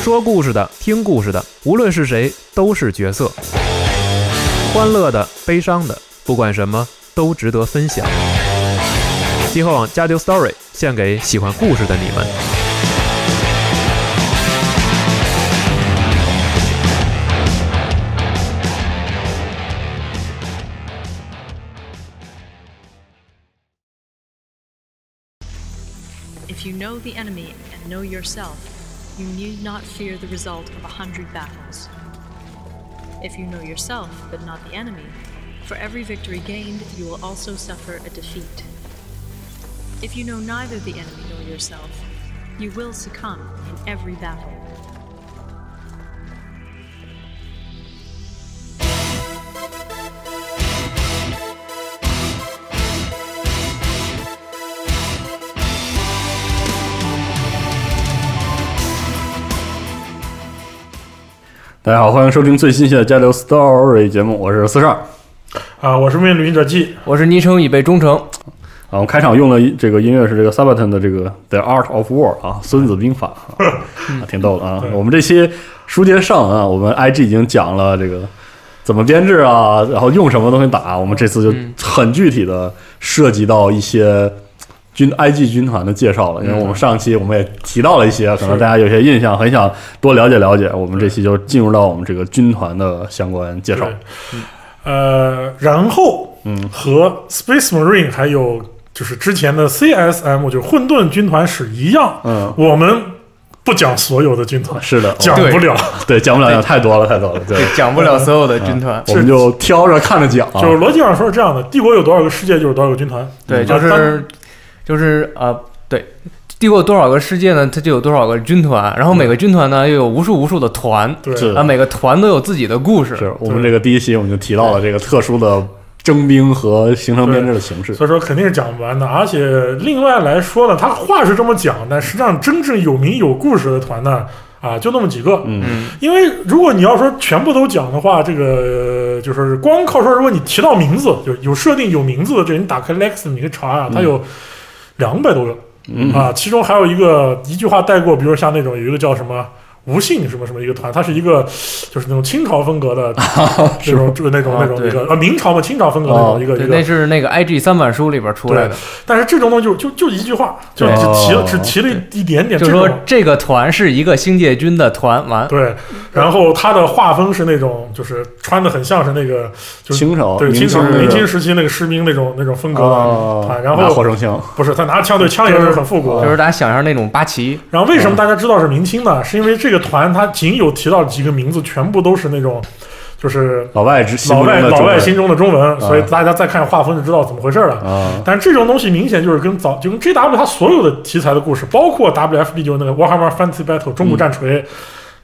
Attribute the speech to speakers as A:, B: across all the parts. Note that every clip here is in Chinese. A: 说故事的、听故事的，无论是谁，都是角色。欢乐的、悲伤的，不管什么都值得分享。极客网加丢 Story 献给喜欢故事的你们。
B: If you know the enemy and know yourself, you need not fear the result of a hundred battles. If you know yourself but not the enemy, for every victory gained, you will also suffer a defeat. If you know neither the enemy nor yourself, you will succumb in every battle.
C: 大家好，欢迎收听最新一期的《交流 Story》节目，我是四十二。啊，
D: 啊，我是命运旅行者记，
E: 我是昵称已被忠诚，
C: 我们开场用了一这个音乐是这个 Sabaton 的这个《The Art of War》啊，《孙子兵法》啊，啊挺逗的啊。我们这期书接上文啊，我们 IG 已经讲了这个怎么编制啊，然后用什么东西打，我们这次就
E: 嗯
C: 很具体的涉及到一些军 IG 军团的介绍了，因为我们上期我们也提到了一些，可能
D: 是
C: 大家有些印象，很想多了解了解。我们这期就进入到我们这个军团的相关介绍。
D: 呃，然后
C: 嗯
D: 和 Space Marine 还有就是之前的 CSM 就是混沌军团史一样，
C: 嗯，
D: 我们不讲所有的军团，
C: 是的，
D: 讲不了，
C: 对，讲不了，讲太多了，太多了。对，
E: 对，讲不了所有的军团，
C: 我们就挑着看着讲啊。
D: 就是逻辑上说是这样的：帝国有多少个世界，就有多少个军团。
E: 对，
D: 嗯
E: 就是就是呃，对，帝国有多少个世界呢？它就有多少个军团，然后每个军团呢又有无数无数的团，
D: 对，
C: 是
E: 啊，每个团都有自己的故事，
C: 是我们这个第一期我们就提到了这个特殊的征兵和形成编制的形式。
D: 所以说肯定是讲不完的。而且另外来说呢，他话是这么讲，但实际上真正有名有故事的团呢，啊，就那么几个。
C: 嗯，
E: 嗯，
D: 因为如果你要说全部都讲的话，这个呃就是光靠说，如果你提到名字，有有设定有名字的这，你打开 Lex 你去查啊，它有两百多个、
C: 嗯
D: 啊，其中还有一个一句话带过，比如像那种有一个叫什么。无姓什么什么一个团，它是一个就是那种清朝风格的这种就是那种那种
E: 啊对
D: 一个呃明朝嘛清朝风格的那
C: 哦
D: 种一个
E: 对，
D: 一
E: 那
D: 个，
E: 是那个 I G 三板书里边出来的，
D: 但是这种东西就就就一句话，就
C: 对
D: 只提了
C: 哦
D: 只提了一点点，这
E: 就是说
D: 种
E: 这个团是一个星界军的团，完，
D: 对，然后它的画风是那种就是穿的很像是那个就是
C: 清朝，
D: 对，清朝
C: 朝
D: 明清时期那个士兵那种那种风格
C: 啊
D: 啊，然
C: 拿
D: 后
C: 火绳枪，
D: 不是他拿枪对枪也是很复古啊
C: 哦
D: 的。
E: 就是大家想象那种八旗，
D: 然后为什么大家知道是明清呢？是因为这个团它仅有提到几个名字，全部都是那种就是
C: 老外之心
D: 老
C: 目中
D: 外
C: 的
D: 老
C: 中
D: 外
C: 国
D: 心中的中文，所以大家再看画风就知道怎么回事了。
C: 啊，
D: 但是这种东西明显就是跟早就跟 GW 它所有的题材的故事，包括 WFB 就是那个 Warhammer Fantasy Battle 中古战
C: 嗯
D: 锤，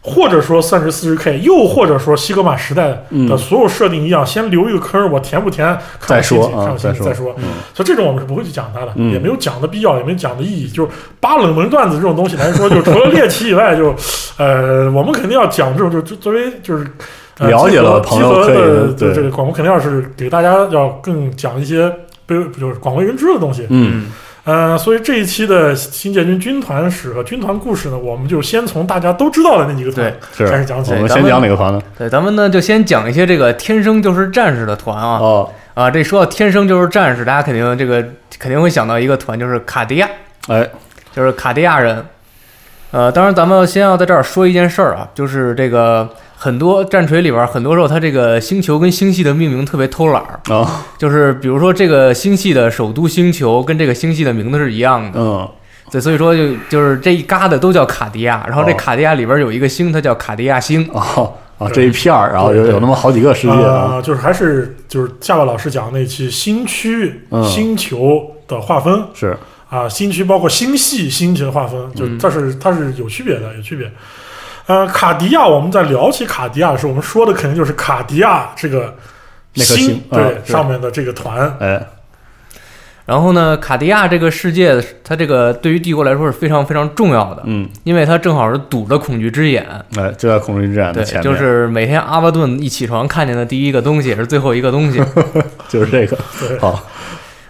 D: 或者说算是四十 K，又或者说西格玛时代的
C: 嗯
D: 所有设定一样，先留一个坑儿，我填不填，看
C: 再
D: 我心
C: 说
D: 情，
C: 啊
D: 看我心
C: 再
D: 情
C: 说
D: 再说。所以这种我们是不会去讲它的，
C: 嗯
D: 也没有讲的必要，也没有讲的意义。就是扒冷门段子这种东西来说，就除了猎奇以外，就呃， 我们肯定要讲这种，就就作为就是。呃
C: 了解了
D: 集
C: 朋友
D: 合集合
C: 可以
D: 的
C: 对
D: 这个广播肯定要是给大家要更讲一些被就是广为人知的东西。
C: 嗯，
D: 呃，所以这一期的新建军军团史和军团故事呢，我们就先从大家都知道的那几个团
E: 对
C: 是
D: 开始讲起
C: 我。们
E: 对咱
C: 先
E: 们
C: 讲哪个团呢？
E: 对，咱们呢就先讲一些这个天生就是战士的团啊，
C: 哦，
E: 啊，这说到天生就是战士，大家肯定这个肯定会想到一个团，就是卡地亚，
C: 哎，
E: 就是卡地亚人。呃，当然，咱们先要在这儿说一件事儿啊，就是这个很多战锤里边儿，很多时候它这个星球跟星系的命名特别偷懒儿，
C: 啊，
E: 就是比如说这个星系的首都星球跟这个星系的名字是一样的，
C: 嗯，
E: 对，所以说就就是这一疙瘩都叫卡地亚，然后这
C: 哦
E: 卡地亚里边儿有一个星，它叫卡地亚星，
C: 哦，啊，这一片儿，然后有
D: 对对
C: 有那么好几个世界
D: 啊、
C: 啊，
D: 就是还是就是夏巴老师讲的那期新区、
C: 嗯
D: 星球的划分
C: 是，
D: 啊，新区包括星系、星球的划分，就
E: 嗯
D: 它是、它是有区别的，有区别。呃，卡迪亚，我们在聊起卡迪亚的时候，我们说的肯定就是卡迪亚这个
C: 那颗星
D: 对、
C: 啊是
D: 上面的这个团，
C: 哎，
E: 然后呢，卡地亚这个世界，它这个对于帝国来说是非常非常重要的，
C: 嗯，
E: 因为它正好是堵着恐惧之眼，
C: 哎，就在恐惧之战的
E: 对
C: 前，面，
E: 就是每天阿巴顿一起床看见的第一个东西也是最后一个东西。
C: 就是这个，
D: 对
C: 好，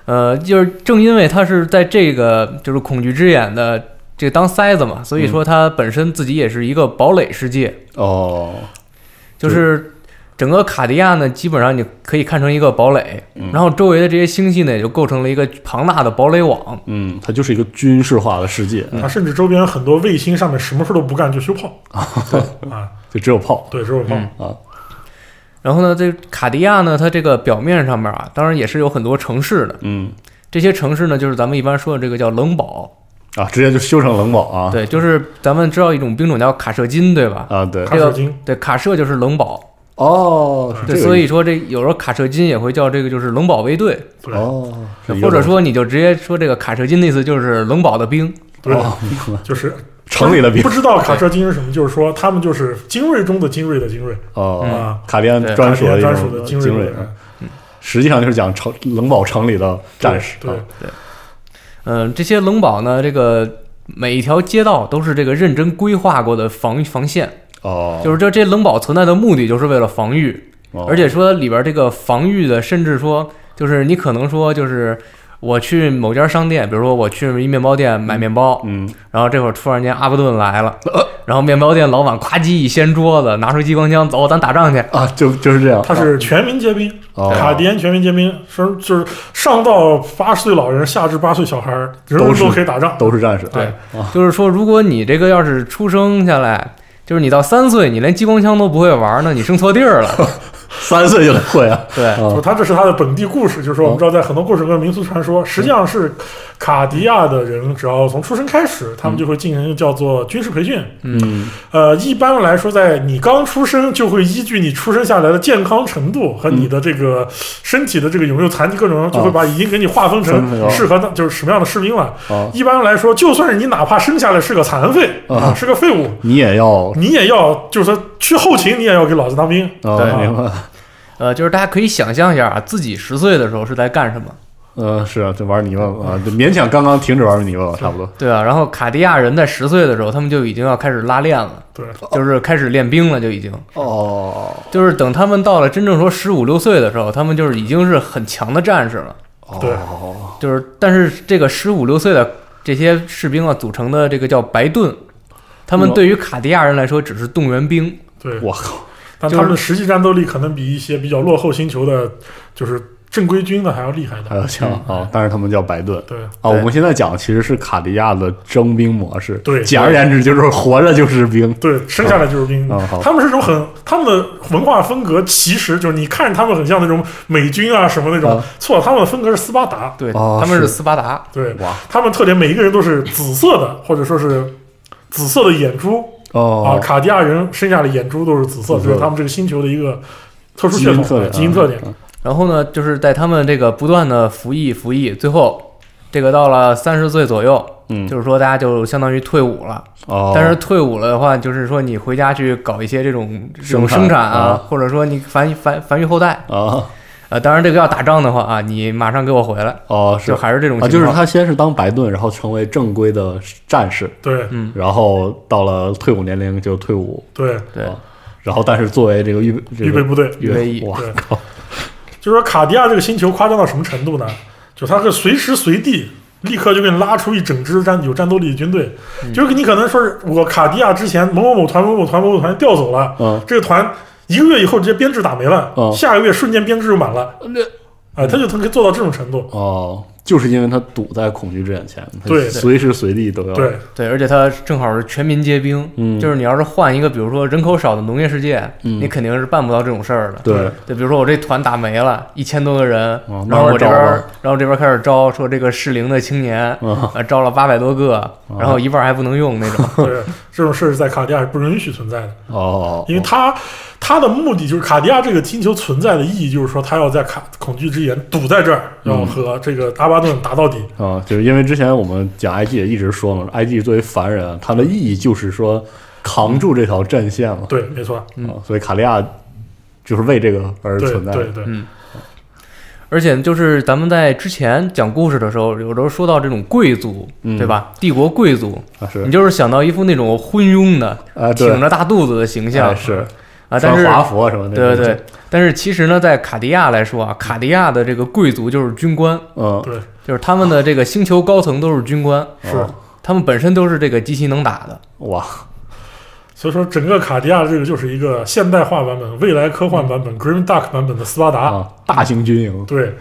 E: 呃，就是正因为它是在这个就是恐惧之眼的这个当塞子嘛，所以说它本身自己也是一个堡垒世界，
C: 哦，
E: 就是整个卡地亚呢，基本上你可以看成一个堡垒，
C: 嗯
E: 然后周围的这些星系呢，也就构成了一个庞大的堡垒网。
C: 嗯，它就是一个军事化的世
E: 嗯
C: 界，
D: 啊它甚至周边很多卫星上面什么事都不干就修炮啊，
C: 就只有炮
D: 对，只有炮。
E: 嗯
C: 啊，
E: 然后呢，这卡地亚呢，它这个表面上面啊，当然也是有很多城市的，
C: 嗯
E: 这些城市呢，就是咱们一般说的这个叫冷堡，
C: 啊，直接就修成冷堡啊，
E: 对，就是咱们知道一种兵种叫卡舍金，对吧？
C: 啊，对，
D: 卡
E: 这个
D: 手金
E: 对，卡舍就是冷堡，
C: 哦，是这
E: 对，
C: 个
E: 所
C: 意
E: 以说这有时候卡舍金也会叫这个就是冷堡卫队，
C: 思
D: 对
C: 哦，是一个
E: 或者说你就直接说这个卡舍金的意思就是冷堡的兵，
D: 对，
C: 哦
D: 就是
C: 城里的兵
D: 不 知道卡车精是什么，就是说他们就是精锐中的精锐的精锐
C: 哦，
D: 啊，
C: 卡利安
E: 对
C: 专
D: 属
C: 属的一
D: 专属的
C: 种
D: 精
C: 精锐
D: 锐，
C: 啊，实际上就是讲城冷堡城里的战士，
D: 对
C: 啊，
E: 嗯，这些冷堡呢，这个每一条街道都是这个认真规划过的防防线，
C: 哦，
E: 就是这这冷堡存在的目的就是为了防御，
C: 哦
E: 而且说里边这个防御的，甚至说就是你可能说就是。我去某家商店，比如说我去一面包店买面包，
C: 嗯，呃
E: 然后这会儿突然间阿布顿来了，然后面包店老板夸叽一掀桌子，拿出激光枪，走，咱打仗去。
C: 啊，就就是这样，
D: 他是全民皆兵，
C: 哦
D: 卡迪安全民皆兵，是就是上到八十岁老人，下至八岁小孩儿，人人都可以打仗。
C: 都是战士，
D: 对，
E: 哎就是说，如果你这个要是出生下来，就是你到三岁，你连激光枪都不会玩呢，你生错地 儿了。
C: 三岁就得会啊，
E: 对，
D: 就
C: 啊，
D: 他这是他的本地故事，就是说我们知道，在很多故事跟民俗传
C: 嗯
D: 说，实际上是卡迪亚的人，只要从出生开始，他们就会进行叫做军事培训。
C: 嗯，
D: 呃，一般来说，在你刚出生就会依据你出生下来的健康程度和你的这个身体的这个有没有残疾各种，就会把已经给你划分
C: 啊分了
D: 成适合的就是什么样的士兵了。
C: 哦，
D: 一般来说，就算是你哪怕生下来是个残废
C: 啊
D: 是个废物，
C: 你也要
D: 你也要就是说去后勤，你也要给老子当兵。啊
C: 哦，
E: 对
C: 明白，
E: 呃，就是大家可以想象一下啊，自己十岁的时候是在干什么，
C: 呃，是啊，这玩泥巴啊，就勉强刚刚停止玩泥巴吧，差不多，
E: 对啊，然后卡地亚人在十岁的时候，他们就已经要开始拉练了，
D: 对，
E: 就是开始练兵了，就已经，
C: 哦，
E: 就是等他们到了真正说十五六岁的时候，他们就是已经是很强的战士了，
D: 对
C: 哦，
E: 就是但是这个十五六岁的这些士兵啊组成的这个叫白盾，他们
C: 我
E: 对于卡地亚人来说只是动员兵，
D: 对，
C: 我靠，
D: 但
E: 就
D: 他
E: 是
D: 们的实际战斗力可能比一些比较落后星球的，就是正规军的还要厉害
C: 还
D: 的。
C: 要强啊，但是他们叫白盾。
D: 对，
C: 啊，
E: 对
C: 我们现在讲其实是卡地亚的征兵模式。
D: 对
C: 简而言之就是活着就是兵。
D: 对，生下来就是兵。
C: 啊，好，
D: 他们是种很，他们的文化风格其实就是你看着他们很像那种美军啊什么那种
C: 啊，
D: 错，他们的风格是斯巴达，
E: 对，
C: 哦
E: 他们
C: 是
E: 斯巴达，
D: 对
C: 哇，
D: 他们特点每一个人都是紫色的，或者说是紫色的眼珠啊，
C: 哦，
D: 卡地亚人生下来眼珠都是紫色，
C: 紫色
D: 这是他们这个星球的一个特殊
C: 基
D: 血
C: 因
D: 统
C: 特点，
D: 基因特点。
C: 啊。
E: 然后呢，就是在他们这个不断的服役服役，最后这个到了三十岁左右，
C: 嗯，
E: 就是说大家就相当于退伍了。
C: 哦，
E: 但是退伍了的话，就是说你回家去搞一些这种这
C: 生
E: 种
C: 产
E: 生产啊
C: 啊，
E: 或者说你繁繁繁育后代。
C: 啊，
E: 呃，当然这个要打仗的话啊，你马上给我回来，
C: 哦，是
E: 就还是这种
C: 啊，
E: 情况。
C: 就是他先是当白盾，然后成为正规的战士，
D: 对
E: 嗯，
C: 然后到了退伍年龄就退伍，
D: 对，
E: 对
C: 啊，然后但是作为这个预备这个
D: 预备部队
E: 预备役
C: 哇
D: 对
C: 靠，
D: 就是说卡地亚这个星球夸张到什么程度呢？就它是随时随地。立刻就给你拉出一整支战有战斗力的军队，
C: 嗯
D: 就是你可能说是我卡地亚之前某某某团某某团某某团调走了，
C: 嗯，
D: 这个团一个月以后直接编制打没了，
C: 嗯
D: 下个月瞬间编制就满了，啊、他就能可以做到这种程度。
C: 哦，就是因为他堵在恐惧之眼前，他
D: 对
C: 随时随地都要，
D: 对，
E: 对，而且他正好是全民皆兵，
C: 嗯
E: 就是你要是换一个，比如说人口少的农业世界，
C: 嗯
E: 你肯定是办不到这种事儿的。
C: 对，
E: 对，比如说我这团打没了，一千多个人，
C: 哦
E: 然后我这
C: 慢慢招
E: 边儿
C: 吧，
E: 然后这边儿开始招，说这个适龄的青年，
C: 嗯，
E: 呃，招了八百多个，
C: 哦
E: 然后一半儿还不能用 那种。
D: 对，这种事在卡地亚是不允许存在的，
C: 哦，
D: 因为他他的目的就是卡地亚这个星球存在的意义，就是说他要在卡恐惧之眼堵在这儿，要和这个阿巴顿打到底。
C: 啊，就是因为之前我们讲 IG 也一直说嘛，IG 作为凡人，啊它的意义就是说扛住这条战线嘛，
D: 对，没错，
E: 嗯
C: 啊，所以卡利亚就是为这个而
D: 对
C: 存在的。
D: 对对
E: 嗯而且就是咱们在之前讲故事的时候，有时候说到这种贵族，
C: 嗯
E: 对吧？帝国贵族，
C: 啊是
E: 你就是想到一副那种昏庸的、
C: 啊对
E: 挺着大肚子的形象、
C: 哎是
E: 啊，但
C: 穿
E: 是
C: 华服啊什么的，
E: 对对对，，但是其实呢，在卡地亚来说啊，卡地亚的这个贵族就是军官，
C: 嗯
D: 对，
E: 就是他们的这个星球高层都是军官，
D: 是
C: 哦
E: 他们本身都是这个极其能打的。
C: 哇，
D: 所以说，整个卡地亚这个就是一个现代化版本、未来科幻版
C: 嗯
D: 本、Grim Dark 版本的斯巴达。
C: 啊，大型军营，
D: 对，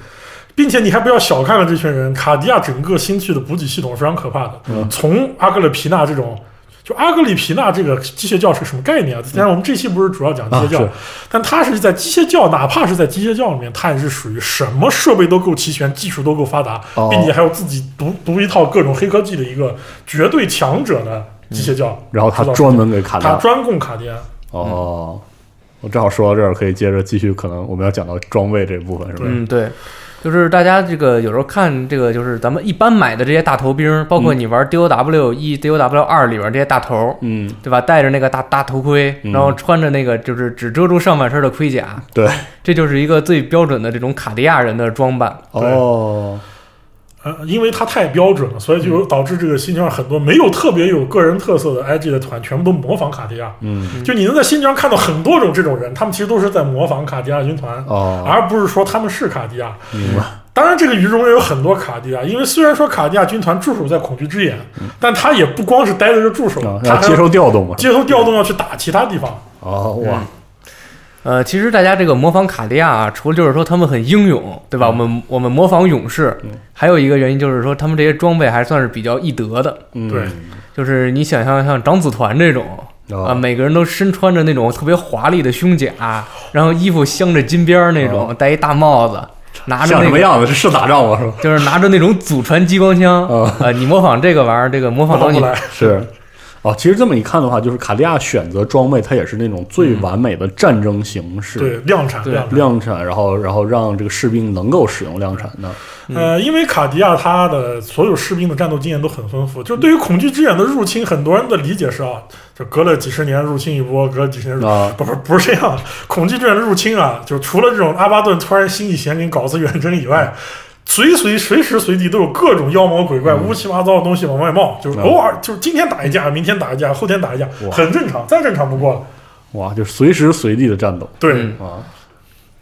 D: 并且你还不要小看了这群人，卡地亚整个星系的补给系统是非常可怕的。
C: 嗯
D: 从阿格里皮纳这种，就阿格里皮纳这个机械教是什么概念啊？当然，我们这期不是主要讲机械教，
C: 啊是
D: 但它是在机械教，哪怕是在机械教里面，它也是属于什么设备都够齐全，技术都够发达，
C: 哦
D: 并且还有自己独独一套各种黑科技的一个绝对强者的机械教。
C: 然后他
D: 知道
C: 专门给卡
D: 它
C: 掉。
D: 专供卡地亚。
C: 哦，我正好说到这儿，可以接着继续，可能我们要讲到装备这部分是吧？
E: 嗯，对，就是大家这个有时候看这个，就是咱们一般买的这些大头兵，包括你玩 DOW 一、DOW 二里边这些大头，
C: 嗯，
E: 对吧？戴着那个大大头盔，
C: 嗯
E: 然后穿着那个就是只遮住上半身的盔甲，
C: 对，
E: 这就是一个最标准的这种卡地亚人的装扮。
C: 哦，
D: 呃，因为它太标准了，所以就导致这个新疆很多没有特别有个人特色的 IG 的团，全部都模仿卡地亚。
C: 嗯，
D: 就你能在新疆看到很多种这种人，他们其实都是在模仿卡地亚军团，
C: 哦，
D: 而不是说他们是卡地亚。
C: 明白，
D: 当然，这个雨中也有很多卡地亚，因为虽然说卡地亚军团驻守在恐惧之眼，但他也不光是待在这驻守
C: 啊，
D: 他
C: 嗯要
D: 还
C: 接
D: 要
C: 受调动嘛？
D: 接受调动，要去打其他地方。
C: 哦，哇，
E: 呃，其实大家这个模仿卡地亚啊，除了就是说他们很英勇，对吧？我们我们模仿勇士
C: 嗯，
E: 还有一个原因就是说他们这些装备还算是比较易得的，
C: 嗯
D: 对，
E: 就是你想象像长子团这种。啊，
C: 哦，
E: 每个人都身穿着那种特别华丽的胸甲，然后衣服镶着金边儿那种，戴一大帽子，拿着
C: 像
E: 那
C: 什么
E: 个
C: 样子？这是打仗吗？是吧？
E: 就是拿着那种祖传激光枪
C: 啊，
E: 呃，你模仿这个玩意儿，这个模仿到
D: 后
E: 你
D: 来，
C: 是。哦，其实这么一看的话，就是卡地亚选择装备，它也是那种最完美的战争形式，
D: 对量产
E: 对
D: 量产。
C: 量产，然后然后让这个士兵能够使用量产的，
D: 呃，因为卡迪亚他的所有士兵的战斗经验都很丰富，就对于恐惧之眼的入侵，很多人的理解是啊，就隔了几十年入侵一波，隔了几十年入
C: 啊
D: 不不不是这样，恐惧之眼的入侵啊，就除了这种阿巴顿突然心一闲给你搞次远征以
C: 嗯
D: 外。随随随时随地都有各种妖魔鬼怪、乌七八糟的东西往外冒，就是
C: 嗯
D: 偶尔就是今天打一架，明天打一架，后天打一架，
C: 哇嗯
D: 很正常，再正常不过了。
C: 哇，就是随时随地的战斗
D: 对，
E: 嗯
C: 啊，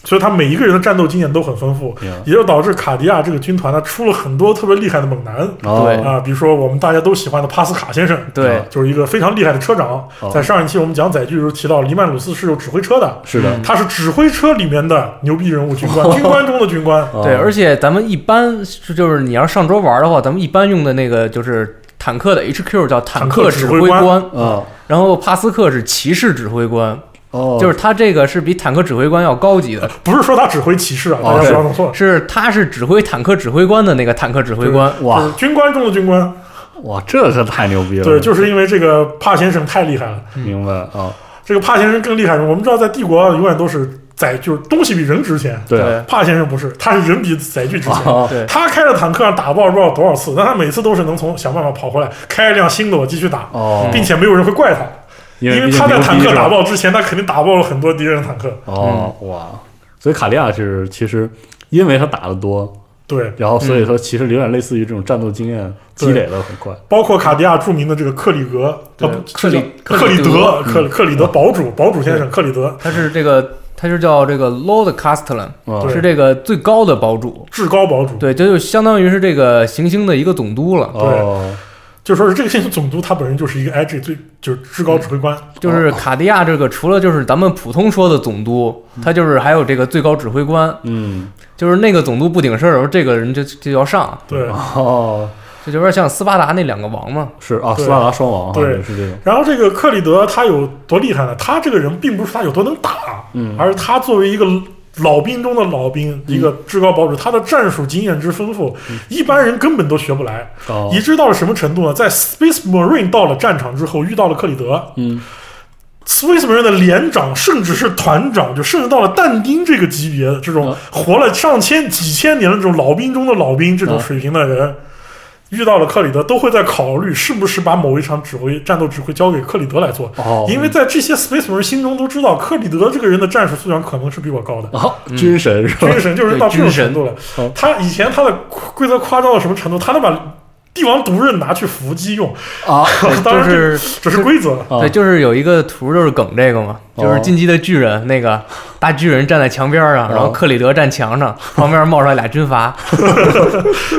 D: 所以他每一个人的战斗经验都很丰富，
C: 明白
D: 也就导致卡迪亚这个军团呢出了很多特别厉害的猛男。
C: 哦
D: 啊，比如说我们大家都喜欢的帕斯卡先生，
E: 对
D: 啊就是一个非常厉害的车长
C: 哦。
D: 在上一期我们讲载具的时候提到，黎曼鲁斯是有指挥车的，
C: 是的，
D: 他是指挥车里面的牛逼人物，军 官，军官中的军官。
C: 哦
E: 对，而且咱们一般是就是你要上桌玩的话，咱们一般用的那个就是坦克的 HQ 叫坦克指挥
D: 坦克指
E: 官，
C: 啊
E: 然后帕斯克是骑士指挥官，
C: 哦，
E: 就是他这个是比坦克指挥官要高级的，
D: 不是说他指挥骑士啊，
C: 哦
D: 大家
C: 是
D: 不要弄错了，
E: 是他是指挥坦克指挥官的那个坦克指挥官，
D: 就
C: 哇
D: 是军官中的军官。
C: 哇，这可太牛逼了，
D: 对，就是因为这个帕先生太厉害了。
C: 明白啊，
D: 这个帕先生更厉害，我们知道在帝国啊永远都是载，就是东西比人值钱。
C: 对啊
E: 对
D: 帕先生不是，他是人比载具值钱。
C: 啊
E: 对，
D: 他开着坦克打爆不知道多少次，但他每次都是能从想办法跑回来，开一辆新的我继续打，
C: 哦，
D: 并且没有人会怪他。
C: 因
D: 因为
C: 为
D: 他在坦克打
C: 爆
D: 爆之前，他肯定打爆了很多敌人的坦克。
C: 哦哇，所以卡利亚是其实因为他打的多，
D: 对，
C: 然后所
D: 嗯
C: 以说其实有点类似于这种战斗经验积累的很快，
D: 包括卡地亚著名的这个克里格，
E: 对
D: 啊不
E: 克里
D: 克
E: 克里
D: 里
E: 德嗯
D: 德，克克里德堡主，堡主先生克里德，
E: 他是这个他是叫这个 Lord Castellan，
C: 啊
D: 对
E: 哦是这个最高的堡主，
D: 至高堡主。
E: 对，这就相当于是这个行星的一个总督了。
C: 哦
D: 就说是这个星球总督，他本人就是一个 IG 最就是至高指挥官。
E: 就是卡地亚这个，除了就是咱们普通说的总督，他就是还有这个最高指挥官，
C: 嗯
E: 就是那个总督不顶事儿，然后这个人就就要上，
D: 对，
C: 哦
E: 这就有点像斯巴达那两个王嘛。
C: 是啊，
D: 对
C: 斯巴达双王好像
D: 对
C: 是这种
D: 然后这个克里德他有多厉害呢？他这个人并不是他有多能打，
C: 嗯
D: 而是他作为一个老兵中的老兵，一
E: 嗯
D: 个至高堡主，他的战术经验之丰富，一般人根本都学不来。
C: 哦
D: 以致到了什么程度呢？在 Space Marine 到了战场之后，遇到了克里德
C: 嗯
D: ，Space Marine 的连长，甚至是团长，就甚至到了但丁这个级别的这种
C: 啊
D: 活了上千几千年的这种老兵中的老兵，这种
C: 啊
D: 水平的人。遇到了克里德，都会在考虑是不是把某一场指挥战斗指挥交给克里德来做，
C: 哦，
D: 因为在这些 Space Marine 心中都知道克里德这个人的战术素养可能是比我高的，
C: 哦 军神是吧？
D: 军神就是到这种程度了
C: 对军神。哦
D: 他以前他的规则夸张到什么程度？他能把帝王毒刃拿去伏击用，
C: 啊
D: 当
E: 就
D: 然 这
E: 是
D: 这是规则。
C: 啊
E: 对，就是有一个图就是梗这个嘛，就是《进击的巨人》那个大巨人站在墙边上，然后克里德站墙上，旁边冒出来俩军阀。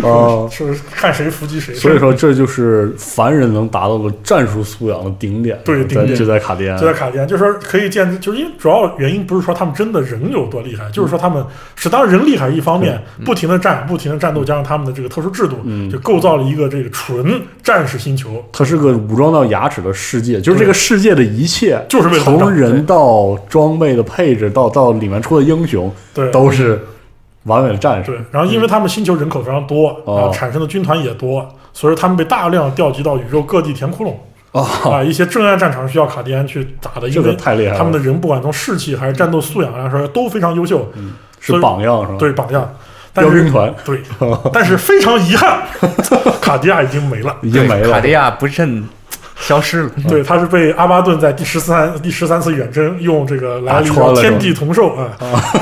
C: 哦，
D: 是看谁伏击谁。
C: 所以说这就是凡人能达到的战术素养的顶点，
D: 对顶
C: 在
D: 点
C: 就在卡迪安
D: 就。在卡迪安，就是说可以见，就是因为主要原因不是说他们真的人有多厉害，就是说他
C: 嗯
D: 们是当然人厉害是一方面，不停的战，不停的战斗，加上他们的这个特殊制度，
C: 嗯
D: 就构造了一个这个纯战士星球。
C: 它是个武装到牙齿的世界，就是这个世界的一切，
D: 就是为了打仗
C: 从人到装备的配置到到里面出的英雄，
D: 对，
C: 都是完美的战士。
D: 对，然后因为他们星球人口非常多，
C: 嗯哦
D: 然后产生的军团也多，所以说他们被大量调集到宇宙各地填窟窿
C: 哦，
D: 啊，一些正案战场需要卡迪安去打的，
C: 这
D: 因
C: 个
D: 为
C: 太厉害了，
D: 他们的人不管从士气还是战斗素养来说都非常优秀，
C: 嗯是榜样是吧？
D: 对，榜样。但
C: 标兵
D: 是
C: 团
D: 对，但是非常遗憾， 卡迪亚已经没了。
C: 已经没
E: 卡
C: 了
E: 迪。亚不慎消失了。
C: 嗯
D: 对，他是被阿巴顿在第十三第十三次远征用这个莱利
C: 打穿了是吧
D: 天地同寿啊，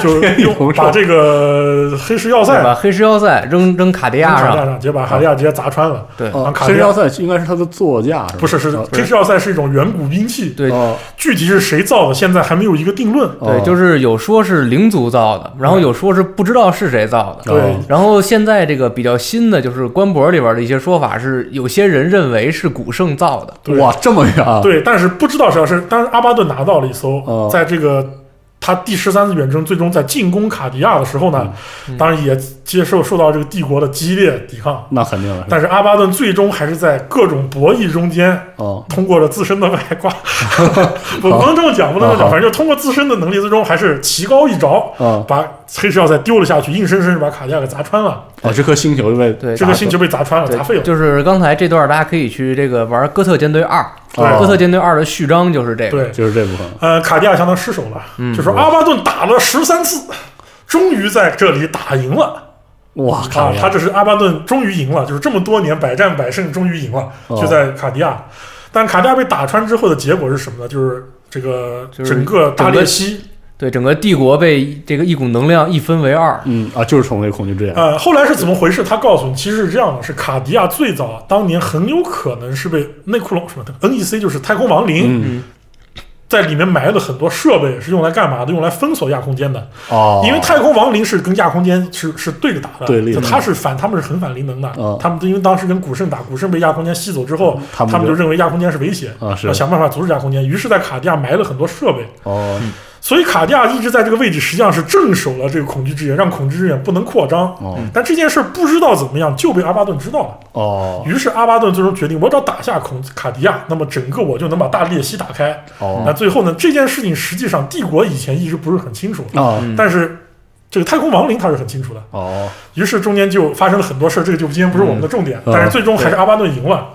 D: 就是
C: 天地同
D: 用
C: 寿
D: 把这个黑石要塞
E: 把黑石要塞扔扔卡迪
D: 从
E: 亚
D: 卡地亚
E: 上，嗯
D: 上，直接把卡迪亚直接砸穿了。
E: 对
C: 哦，
D: 卡
C: 黑
D: 迪
C: 石
D: 亚
C: 要塞应该是他的座驾，吧
D: 不是，是
E: 嗯
C: 哦
D: 黑石要塞是一种远古兵器，
E: 对
C: 哦，
D: 具体是谁造的，现在还没有一个定论。
E: 对，就是是有说是灵族造的，然后有说是不知道是谁造
C: 哦
E: 的。
D: 对
E: 然后现在这个比较新的就是官博里边的一些说法是，有些人认为是古圣造的，
D: 对
C: 哇，这么远啊！
D: 对，但是不知道是要是，但是阿巴顿拿到了一
C: 哦
D: 艘，在这个他第十三次远征，最终在进攻卡迪亚的时候呢，
E: 嗯
D: 当然也接受受到这个帝国的激烈抵抗。
C: 那肯定了。
D: 但是阿巴顿最终还是在各种博弈中间，
C: 哦，
D: 通过了自身的外挂，不不能这么讲，不能
C: 好
D: 这么讲，反正就通过自身的能力，最终还是棋高一着，
C: 哦，
D: 把黑石要塞丢了下去，硬生生是把卡迪亚给砸穿了，
C: 哦，这颗星球就被
E: 对
D: 这
C: 打
D: 个
C: 死
D: 星球被砸穿了，砸废了。
E: 就是刚才这段，大家可以去这个玩《哥特舰队二》。
C: 对
E: 哥特舰队二》的序章就是这个。
D: 对，
C: 就是这部分。
D: 呃，卡迪亚相当失手了，
E: 嗯
D: 就说阿巴顿打了十三次，终于在这里打赢了
C: 哇，卡
D: 啊！
C: 迪亚
D: 他这是阿巴顿终于赢了，就是这么多年百战百胜，终于赢了，
C: 哦
D: 就在卡迪亚。但卡迪亚被打穿之后的结果是什么呢？就是这个
E: 就是
D: 整个大裂西，
E: 对，整个帝国被这个一股能量一分为二。
C: 嗯啊，就是从那个恐惧之眼。
D: 呃，后来是怎么回事？他告诉你，其实是这样的：是卡迪亚最早当年很有可能是被内库隆什么的 NEC，就是太空亡灵，
C: 嗯
D: 在里面埋了很多设备，是用来干嘛的？用来封锁亚空间的。
C: 哦，
D: 因为太空亡灵是跟亚空间是是对着打的，
C: 对立的
D: 就他是反，他们是很反灵能的，
C: 嗯
D: 他们因为当时跟古圣打，古圣被亚空间吸走之后，
C: 他
D: 他
C: 们
D: 们
C: 就
D: 就认为亚空间是威胁，
C: 啊是
D: 要想办法阻止亚空间，于是，在卡地亚埋了很多设备，
C: 哦
D: 所以卡地亚一直在这个位置，实际上是镇守了这个恐惧之眼，让恐惧之眼不能扩张。
C: 哦
D: 但这件事儿不知道怎么样就被阿巴顿知道了，
C: 哦
D: 于是阿巴顿最终决定，我只要打下孔卡迪亚，那么整个我就能把大裂隙打开。
C: 哦
D: 那最后呢，这件事情实际上帝国以前一直不是很清楚，
C: 哦
D: 但是这个太空亡灵他是很清楚的，
C: 哦
D: 于是中间就发生了很多事儿，这个就今天不是我们的重点，
C: 嗯
D: 但是最终还是阿巴顿赢了。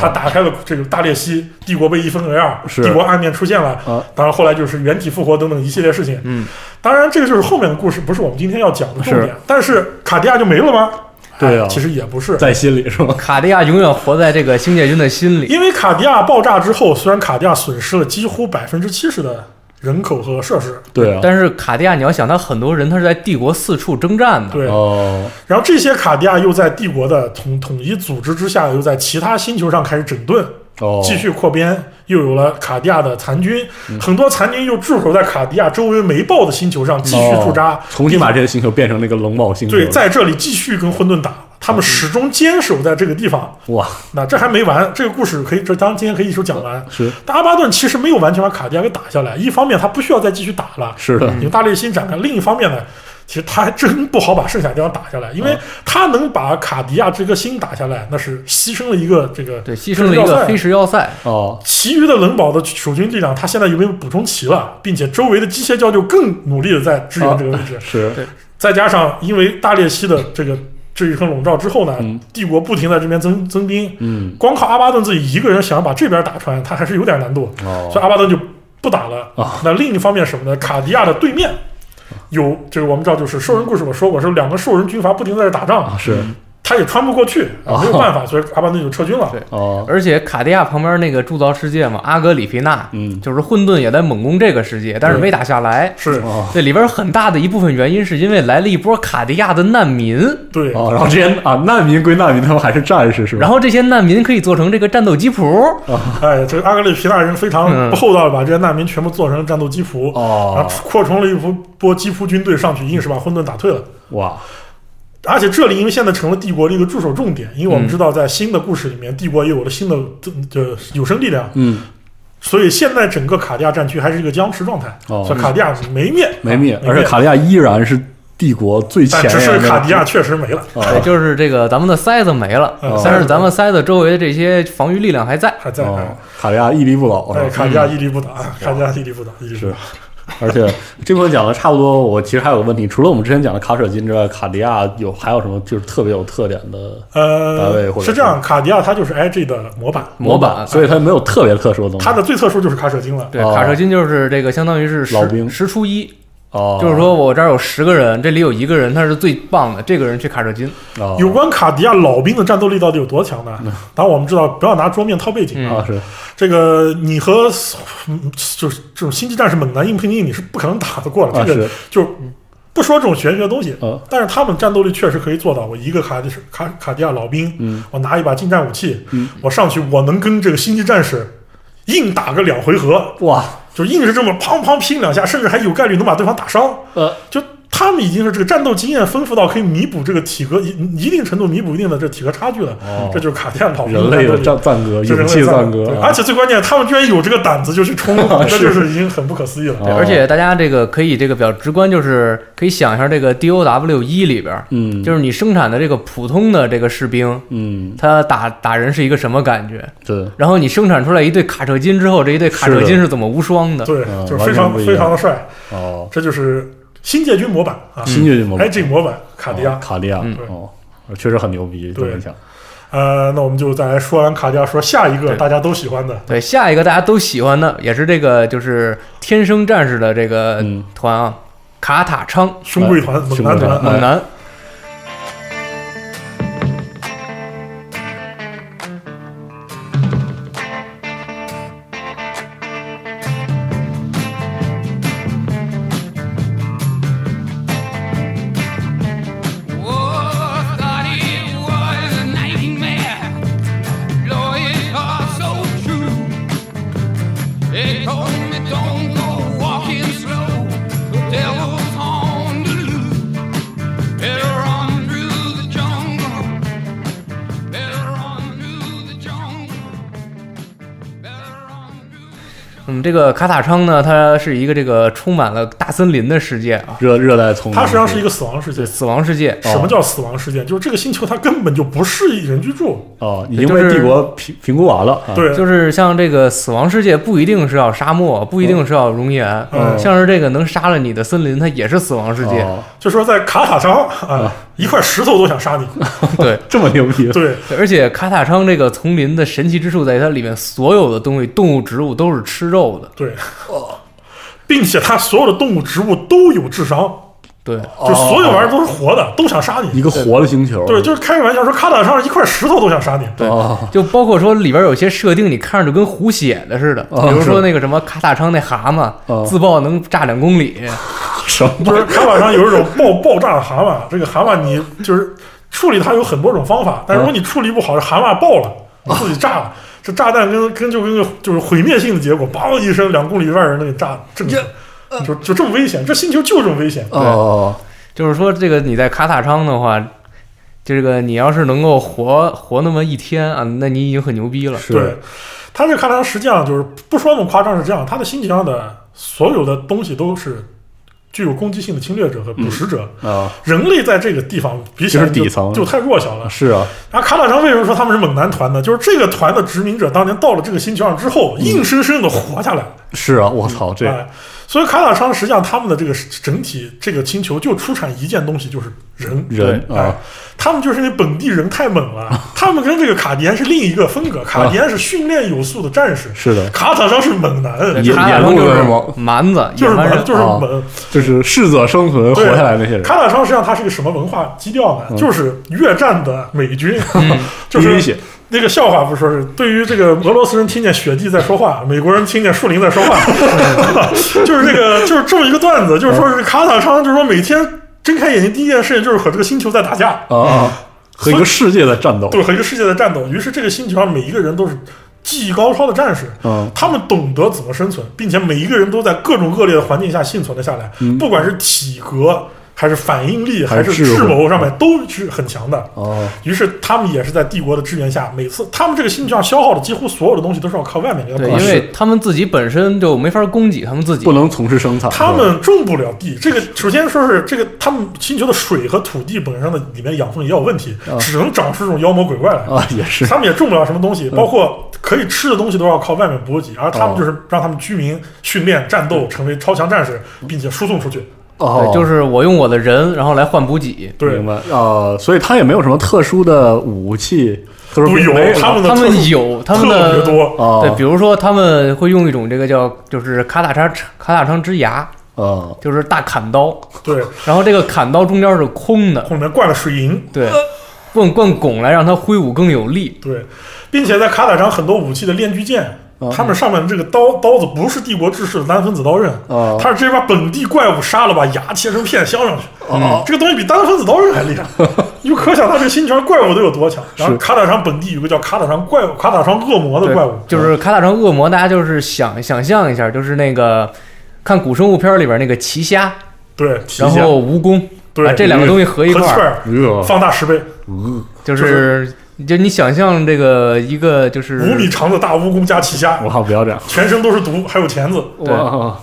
D: 他打开了这个大裂隙，帝国被一分为二，
C: 是
D: 帝国暗面出现了。
C: 啊
D: 当然，后来就是原体复活等等一系列事情。
E: 嗯，
D: 当然这个就是后面的故事，不是我们今天要讲的重点。但是卡迪亚就没了吗？
C: 对啊
D: 哎其实也不是，
C: 在心里是吧？
E: 卡地亚永远活在这个星界军的心里。
D: 因为卡迪亚爆炸之后，虽然卡迪亚损失了几乎百分之七十的人口和设施，
C: 对啊，
E: 但是卡地亚，你要想，他很多人他是在帝国四处征战的。
D: 对，
C: 哦
D: 然后这些卡地亚又在帝国的统统一组织之下，又在其他星球上开始整顿，
C: 哦，嗯
D: 继续扩编，又有了卡地亚的残军，很多残军又驻守在卡地亚周围没爆的星球上继续驻扎，
C: 哦重新把这个星球变成那个冷暴星球。嗯
D: 对，在这里继续跟混沌打。他们始终坚守在这个地方，
C: 哇
D: 那这还没完，这个故事可以，这当然今天可以一手讲完。
C: 是
D: 但阿巴顿其实没有完全把卡地亚给打下来，一方面他不需要再继续打了，嗯
C: 是的，
D: 因为大力新展开。另一方面呢，其实他还真不好把剩下地方打下来，因
C: 啊
D: 为他能把卡迪亚这颗星打下来，那是牺牲了一个这个
E: 对，牺牲了一个黑。石要塞。
C: 哦
D: 其余的冷堡的守军力量，他现在又被补充齐了，并且周围的机械教就更努力的在支
C: 啊
D: 援这个位置。
C: 是
D: 再加上因为大裂西的这个这一层笼罩之后呢，
C: 嗯
D: 帝国不停在这边增增兵，
C: 嗯
D: 光靠阿巴顿自己一个人想要把这边打穿，他还是有点难度。
C: 哦
D: 所以阿巴顿就不打了。
C: 啊
D: 那另一方面是什么呢？卡迪亚的对
C: 哦
D: 啊面有这个我们知道，就是兽人故事我说过，是两个兽人军阀不停地在这打仗，
C: 啊是
D: 他也穿不过去，啊没有办法，所以阿巴顿就撤军了
E: 对。
C: 哦，
E: 而且卡地亚旁边那个铸造世界嘛，阿格里皮纳，
C: 嗯，
E: 就是混沌也在猛攻这个世界，但是
D: 对
E: 没打下来。
D: 是，
C: 哦，
E: 这里边很大的一部分原因是因为来了一波卡地亚的难民，
D: 对，
C: 哦，然后这些啊，难民归难民，他们还是战士是吧？
E: 然后这些难民可以做成这个战斗机仆，
C: 哦
D: 哎，这个阿格里皮纳人非常
E: 嗯
D: 不厚道，把这些难民全部做成战斗机仆，然
C: 哦
D: 后，扩充了一波波基夫军队上去，硬是把混沌打退了。
C: 哇，
D: 而且这里因为现在成了帝国的一个驻守重点，因为我们
E: 嗯
D: 知道在新的故事里面，帝国也有了新的呃有生力量，
C: 嗯，
D: 所以现在整个卡地亚战区还是一个僵持状态，
C: 哦
D: 所以卡地亚没灭，
C: 没灭
D: 啊，
C: 而且卡利亚依然是帝国最前
D: 但只
C: 沿
D: 是
C: 的
D: 卡地亚确实没了，
E: 对，
C: 哦
E: 就是这个咱们的塞子没了，
D: 嗯
E: 但是咱们塞子周围的这些防御力量还在。
D: 还在。
C: 哦，嗯卡利亚屹立不倒
D: 哎，
C: 是吧？
D: 卡地亚屹立不倒，啊卡地亚屹立不倒，屹立不倒。
C: 而且这部分讲的差不多，我其实还有个问题，除了我们之前讲的卡舍金之外，卡地亚有还有什么就是特别有特点的大卫
D: 呃
C: 或，者哦
D: 是这样，卡地亚它就是 IG 的模板，
E: 模板
C: 板？所以它没有特别特殊的东西。
D: 它的最特殊就是卡舍金了。
E: 对，
C: 哦
E: 卡车金就是这个，相当于是十
C: 老兵
E: 十出一，
C: 哦，
E: 就是说我这儿有十个人，这里有一个人他是最棒的，这个人去卡车金。
C: 哦
D: 有关卡地亚老兵的战斗力到底有多强呢？
C: 嗯
D: 当然我们知道，不要拿桌面套背景
E: 嗯
D: 啊。
C: 啊是
D: 这个你和嗯就是这种星际战士猛男硬拼硬，你是不可能打得过的。
C: 啊
D: 这个
C: 是
D: 就不说这种玄学的东西
C: 啊，
D: 但是他们战斗力确实可以做到。我一个卡地卡卡地亚老兵
C: 嗯，
D: 我拿一把近战武器
C: 嗯，
D: 我上去我能跟这个星际战士硬打个两回合，
C: 哇
D: 就硬是这么砰砰拼两下，甚至还有概率能把对方打伤。
C: 呃
D: 就他们已经是这个战斗经验丰富到可以弥补这个体格一一定程度弥补一定的这体格差距了。
C: 哦
D: 这就是卡地亚老兵
C: 人类的
D: 战斗力
C: 赞赞歌，
D: 这
C: 勇
D: 人类
C: 气赞
D: 赞
C: 歌
D: 对，
C: 啊
D: 而且最关键，他们居然有这个胆子就去冲， 那就是已经很不可思议了。
C: 啊
E: 对，
C: 哦
E: 而且大家这个可以这个比较直观，就是可以想一下这个 DOW 一里边儿，
C: 嗯
E: 就是你生产的这个普通的这个士兵，
C: 嗯
E: 他打打人是一个什么感觉？
C: 对
E: 然后你生产出来一对卡车金之后，这一对卡车金是怎么无双的？
D: 对
C: 嗯，
D: 就是非
C: 完全
D: 常
C: 不一样
D: 非常的帅，
C: 哦，
D: 这就是新界军模板啊，
C: 新界军模板
D: 哎，这模板卡地
C: 哦
D: 亚。
C: 卡地亚
E: 嗯
C: 哦，确实很牛逼，这
D: 对
C: 么讲
D: 呃，那我们就再来说完卡地亚，说下一个
E: 对
D: 大家都喜欢的，
E: 对，下一个大家都喜欢的也是这个，就是天生战士的这个
C: 嗯
E: 团啊，卡塔昌
D: 兄贵团、猛
C: 哎兄
D: 男
C: 贵团
D: 团，嗯
E: 猛男。
F: Oh, thought it was a nightmare. Lord, it was so true. They told me don't go walking slow. The devil's on the loose. Better run through the jungle. Better run through the jungle. Better run through.
E: 嗯，这个卡塔昌呢，它是一个这个充满了大森林的世界啊，
C: 热热带丛林，
D: 它实际上是一个死亡世界
E: 对，。死亡世界。
D: 什么叫死亡事件？就是这个星球它根本就不适宜人居住。
C: 哦，已经
E: 就
C: 被
E: 是
C: 帝国评评估完了，啊，
D: 对，
E: 就是像这个死亡世界，不一定是要沙漠，不一定是要熔岩，
D: 嗯
E: 像是这个能杀了你的森林，它也是死亡世界。
C: 哦
D: 就说在卡塔昌啊，一块石头都想 杀你。
E: 对，
C: 这么牛逼，
D: 对，
E: 对而且卡塔昌这个丛林的神奇之处在于它里面所有的东西，动物、植物都是吃肉的。
D: 对，并且它所有的动物、植物都有智商，
E: 对，
C: 哦
D: 就所有玩意儿都是活的，都想杀
C: 一
D: 你。
C: 个活的星球，
D: 对，就是开个玩笑说，卡塔上一块石头都想杀你。
E: 对
C: 哦，
E: 就包括说里边有些设定，你看着就跟胡写的似的，
C: 哦
E: 比如说那个什么卡塔昌那蛤
C: 哦
E: 蟆自爆能炸两公里，
C: 什么
D: 就是卡塔上有一种爆爆炸的蛤蟆，这个蛤蟆你就是处理它有很多种方法，但如果你处理不好，蛤蟆爆了，自己炸了。这炸弹跟跟就跟个就是毁灭性的结果，梆一声，两公里外人能给炸正了，就就这么危险，这星球就这么危险。
C: 哦，
E: 就是说这个你在卡塔昌的话，这个你要是能够活活那么一天啊，那你已经很牛逼
C: 哦
E: 了。
D: 对，，他这卡塔实际上就是不说那么夸张，是这样，他的星球上的所有的东西都是具有攻击性的侵略者和捕食者。
C: 啊，
D: 人类在这个地方比起来
C: 就是底层
D: 就太弱小了。
C: 是啊，
D: 然后卡塔昌为什么说他
C: 嗯
D: 们是猛男团呢？就是这个团的殖民者当年到了这个星球上之后，硬生生的活下来了，
C: 是啊，我操，这
D: 哎，所以卡塔商实际上他们的这个整体这个星球就出产一件东西，就是人
C: 人
D: 对
C: 啊
D: 哎，他们就是因为本地人太猛了，他们跟这个卡迪安是另一个风格，卡迪安是训练有素的战士，
C: 啊是的，
D: 卡塔商是猛男，
C: 也
E: 卡塔
C: 也录
E: 就
C: 了
E: 是
C: 是吗
E: 蛮子，
D: 就是
E: 野蛮
D: 猛
E: 人
D: 就是
C: 啊
D: 猛。
C: 就是适者生存活
D: 对
C: 下来那些人，嗯
D: 卡塔商实际上它是一个什么文化基调呢？就是越战的美军， 就
C: 第一
D: 是
C: 血
D: 那个笑话，不是说是对于这个俄罗斯人听见雪地在说话，
C: 嗯
D: 美国人听见树林在说 话， 就是这个就是这么一个段子，就是说
C: 嗯
D: 是卡塔商，就是说每天睁开眼睛第一件事情就是和这个星球在打架，
C: 啊啊，和一个世界在战斗，
D: 对，和一个世界在战斗。于是这个星球上每一个人都是技艺高超的战士，
C: 嗯
D: 他们懂得怎么生存，并且每一个人都在各种恶劣的环境下幸存了下来，不管是体格。还是反应力，
C: 还
D: 还
C: 是
D: 是
C: 智
D: 智
C: 慧
D: 谋上面都是很强的。
C: 哦，
D: 于是他们也是在帝国的支援下，每次他们这个星球上消耗的几乎所有的东西都是要靠外面给他
E: 对，
D: 补。
E: 因为他们自己本身就没法供给他们自己
C: 不，能从事生产，
D: 他
C: 是吧
D: 们种不了地，这个首先说是这个他们星球的水和土地本身的里面养分也有问题，只能长出这种妖魔鬼怪来。
C: 啊也是
D: 他们也种不了什么东西，包括可以吃的东西都要靠外面补给，而他们就是让他们居民训练战斗，成为超强战士，并且输送出去。
C: 哦
E: 对，，就是我用我的人，然后来换补给。
D: 对
C: 明，白啊，所以他也没有什么特殊的武器，特殊啊
D: 不有
C: 没
D: 他们的
E: 他
D: 特
E: 们有他们
D: 特
E: 的哦
D: 别多，
C: 啊，
E: 对，比如说他们会用一种这个叫就是卡塔叉卡塔昌之牙，
C: 啊，
E: 就是大砍刀，
D: 对，
E: 然后这个砍刀中间是空的，
D: 后面灌了水银，
E: 对，灌灌拱来让它挥舞更有力。
D: 对，并且在卡塔上很多武器的链锯剑，
C: 啊
D: 他们上面这个刀刀子不是帝国制式的单分子刀刃，
C: 哦
D: 他是直接把本地怪物杀了，把牙切成片镶上去。
C: 哦
D: 这个东西比单分子刀刃还厉害， 你就可想他这个星球怪物都有多强。然后
C: 是
D: 卡塔上本地有个叫卡塔上怪物、卡塔上恶魔的怪物，
C: 嗯
E: 就是卡塔昌恶魔，大家就是想想象一下，就是那个看古生物片里边那个奇虾，
D: 对
E: 然后蜈蚣，
D: 对
E: 把这两个东西合一
D: 和气
E: 块儿，
D: 儿
C: 呃
D: 嗯放大十倍，
E: 就是就你想象这个一个就是
D: 五米长的大蜈蚣加奇虾，
C: 我靠，不要这样，
D: 全身都是毒，还有钳子。
E: 对
C: 哇，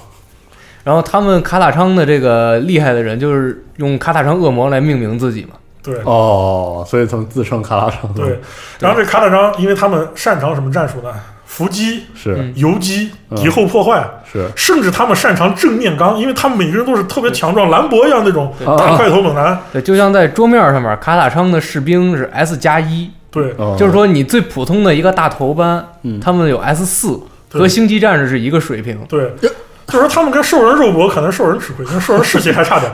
E: 然后他们卡塔昌的这个厉害的人，就是用卡塔昌恶魔来命名自己嘛。
D: 对，
C: 哦，所以他们自称卡拉城，
D: 对，然后这卡塔章，因为他们擅长什么战术呢？伏击、
C: 是
E: 嗯
D: 游击、
C: 嗯
D: 敌后破坏，
C: 是
D: 甚至他们擅长正面刚，因为他们每个人都是特别强壮，兰博一样那种
E: 对
D: 大块头猛男。
E: 对，就像在桌面上面，卡塔昌的士兵是 S 加一，
D: 对
C: 哦
E: 就是说你最普通的一个大头班，
C: 嗯
E: 他们有 S 四，
D: 对
E: 和星际战士是一个水平。
D: 对，就是说他们跟兽人肉搏，可能兽人吃亏，跟兽人士气还差点。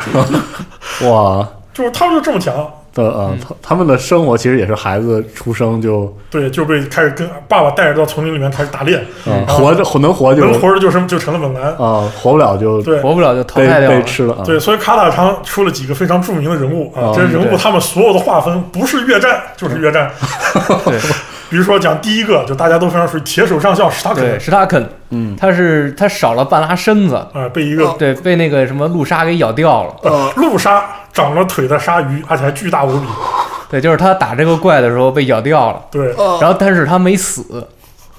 C: 哇，
D: 就是他们就这么强，
C: 的啊，他他们的生活其实也是孩子出生就
D: 对，就被开始跟爸爸带着到丛林里面开始打猎，
C: 啊
E: 嗯
C: 活着能活就
D: 嗯能活着就成就成了猛男。
C: 啊，活不了就
D: 对
E: 活不了就淘
C: 被
E: 汰掉
C: 被
E: 了。
C: 吃了啊，
D: 对，所以卡塔昌出了几个非常著名的人物
C: 哦，
D: 啊这些人
E: 对
D: 物他们所有的划分不是越战就是越战。
E: 对
D: 比如说讲第一个，就大家都非常熟悉铁手上校史塔克
E: 对，史塔肯，
C: 嗯
E: 他是他少了半拉身子，
D: 啊，被一个
E: 对，被那个什么路鲨给咬掉了。
D: 呃陆鲨长了腿的鲨鱼，而且还巨大无比。
E: 对，就是他打这个怪的时候被咬掉了，
D: 对，
E: 然后但是他没死，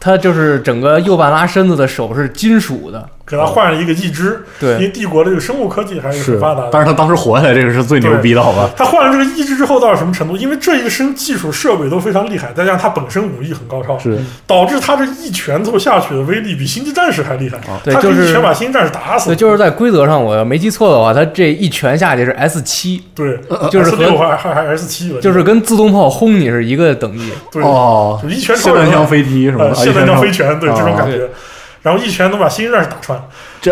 E: 他就是整个右半拉身子的手是金属的，
D: 给他换了一个义肢。
E: 对
D: 因为帝国的这个生物科技还是
C: 是
D: 很发达，
C: 但
D: 的。
C: 是他当时活下来这个是最牛逼的好吧？
D: 他换了这个义肢之后到什么程度？因为这一身技术设备都非常厉害，再加上他本身武艺很高超，
C: 是
D: 导致他这一拳头下去的威力比星际战士还厉害。
E: 对
D: 他可以
E: 就是
D: 一拳把星际战士打死。
E: 对，就是在规则上，我要没记错的话，他这一拳下去是 S 七，
D: 对，
E: 就是
D: S
E: 和
D: 六还还还 S 七了，
E: 就是跟自动炮轰你是一个等级。
D: 对，
C: 哦，
D: 就一拳
C: 霰
D: 超人
C: 弹
D: 嘛
C: 枪飞踢什么
D: 呃，
C: 的，
D: 现在
C: 啊
D: 叫
C: 一
D: 飞拳，对
C: 啊
D: 这种感觉，然后一拳能把星际战士打穿，
C: 这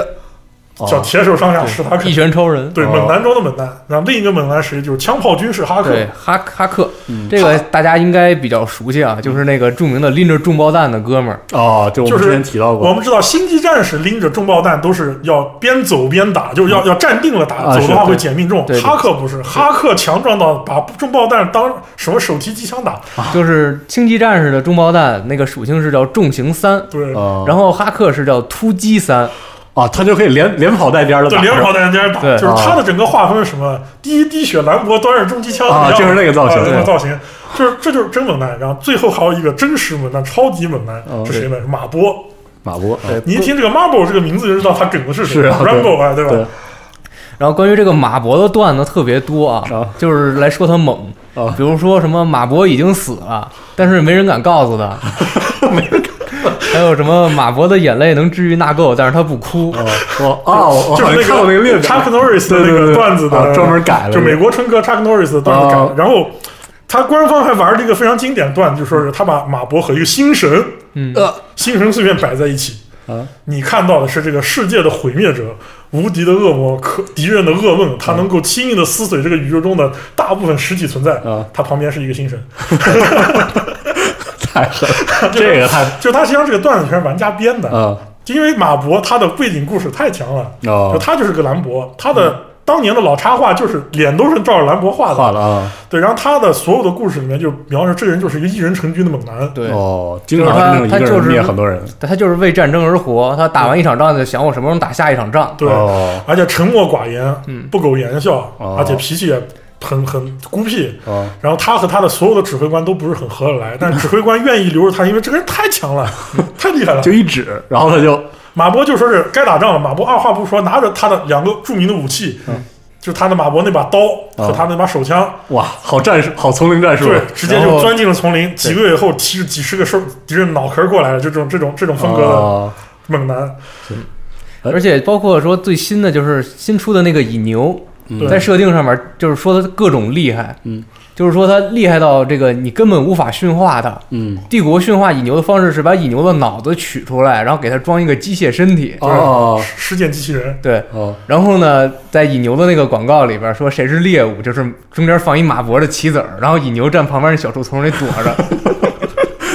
D: 叫铁手上下史塔克
E: 一。拳超人，
D: 对，
C: 哦
D: 猛男中的猛男，然后另一个猛男谁就是枪炮军事哈克，
E: 对哈哈克，这个大家应该比较熟悉啊，就是那个著名的拎着重爆弹的哥们儿，
C: 哦，就我
D: 就
C: 们之
D: 是
C: 前提到
D: 我
C: 过
D: 们知道星际战士拎着重爆弹都是要边走边打，就是要要站定了打，
C: 啊
D: 走
C: 是
D: 的话
C: 对
D: 会减命中
E: 对。对
D: 哈克不是，哈克强壮到把重爆弹当什么手提机枪打，
E: 就是星际战士的重爆弹，那个属性是叫重型三，
D: 对，
C: 啊，
E: 然后哈克是叫突击三，
C: 啊，他就可以连连跑带颠的
D: 对，
C: 打，
D: 连跑带人家打，
E: 对
C: 哦
D: 就是他的整个划分是什么？第一滴血兰博端着重机枪
C: 啊
D: 一样
C: 就是那个造型
D: 啊那
C: 对
D: 个造型，就是这就是真猛男。然后最后还有一个真实猛男，超级猛男
C: 哦
D: 是谁呢？是马波。
C: 马波，啊
D: 你一听这个 Marble 这个名字就知道他梗的是谁
C: 是啊对
D: ，Rambo 啊，对
C: 对
D: 吧？
E: 然后关于这个马博的段子特别多
C: 啊
E: 啊，就是来说他猛
C: 啊，
E: 比如说什么马博已经死了，但是没人敢告诉他，还有什么马博的眼泪能治愈纳垢，但是他不哭。
C: 我哦，我
D: 就是
C: 好像
D: 那
C: 看过那个列
D: c
C: 表
D: h u c k Norris 的
C: 对
D: 那
C: 对
D: 个
C: 对
D: 段子
C: 啊
D: 的，
C: 专门改了
D: 就
C: 这个
D: 美国春哥 c h u c k Norris 的段子
C: 哦
D: 改。然后他官方还玩了一个非常经典的段子，就说是他把马博和一个星神，
E: 嗯
D: 呃，星神碎片摆在一起。
C: 啊，
D: 你看到的是这个世界的毁灭者，无敌的恶魔，可敌人的噩梦，他能够轻易的撕碎这个宇宙中的大部分实体存在
C: 啊。
D: 他旁边是一个星神，
C: 太狠，了，这个太
D: 就他实际上这个段子全是玩家编的，
C: 啊
D: 因为马博他的背景故事太强了，就
C: 哦，
D: 他就是个兰博，他的当年的老插画就是脸都是照着兰博画的，
C: 画了嗯啊，
D: 对，然后他的所有的故事里面就描述这个人就是一个一人成军的猛男，
E: 对，
C: 哦，经常是那种一个
E: 就是他他就
C: 人
E: 是
C: 灭很多人，
E: 他就是为战争而活，他打完一场仗就想我什么时候打下一场仗。
D: 对，
C: 哦
D: 而且沉默寡言，
E: 嗯
D: 不苟言笑，
C: 哦
D: 而且脾气也很很孤僻。
C: 哦，嗯
D: 然后他和他的所有的指挥官都不是很合得来，但是指挥官愿意留着他，因为这个人太强了， 太厉害了
C: 就。一指，然后他就
D: 马博就说是该打仗了，马博二话不说，拿着他的两个著名的武器，
C: 嗯
D: 就是他的马博那把刀
C: 哦
D: 和他那把手枪，
C: 哇，好战术，好丛林战术，
D: 对，直接
E: 然
D: 就
E: 后
D: 钻进了丛林。几个月以后，提着几十个兽敌人脑壳过来了，就这种这种这种风格的
C: 哦
D: 猛男。
C: 哎
E: 而且包括说最新的就是新出的那个乙牛，
D: 对
E: 在设定上面就是说它各种厉害，
C: 嗯，
E: 就是说它厉害到这个你根本无法驯化它。
C: 嗯，
E: 帝国驯化乙牛的方式是把乙牛的脑子取出来，然后给它装一个机械身体，
C: 哦
D: 事件机器人，
E: 对。
C: 哦，
E: 然后呢，在乙牛的那个广告里边说谁是猎物，就是中间放一马博的棋子儿，然后乙牛站旁边那小树丛里躲 着。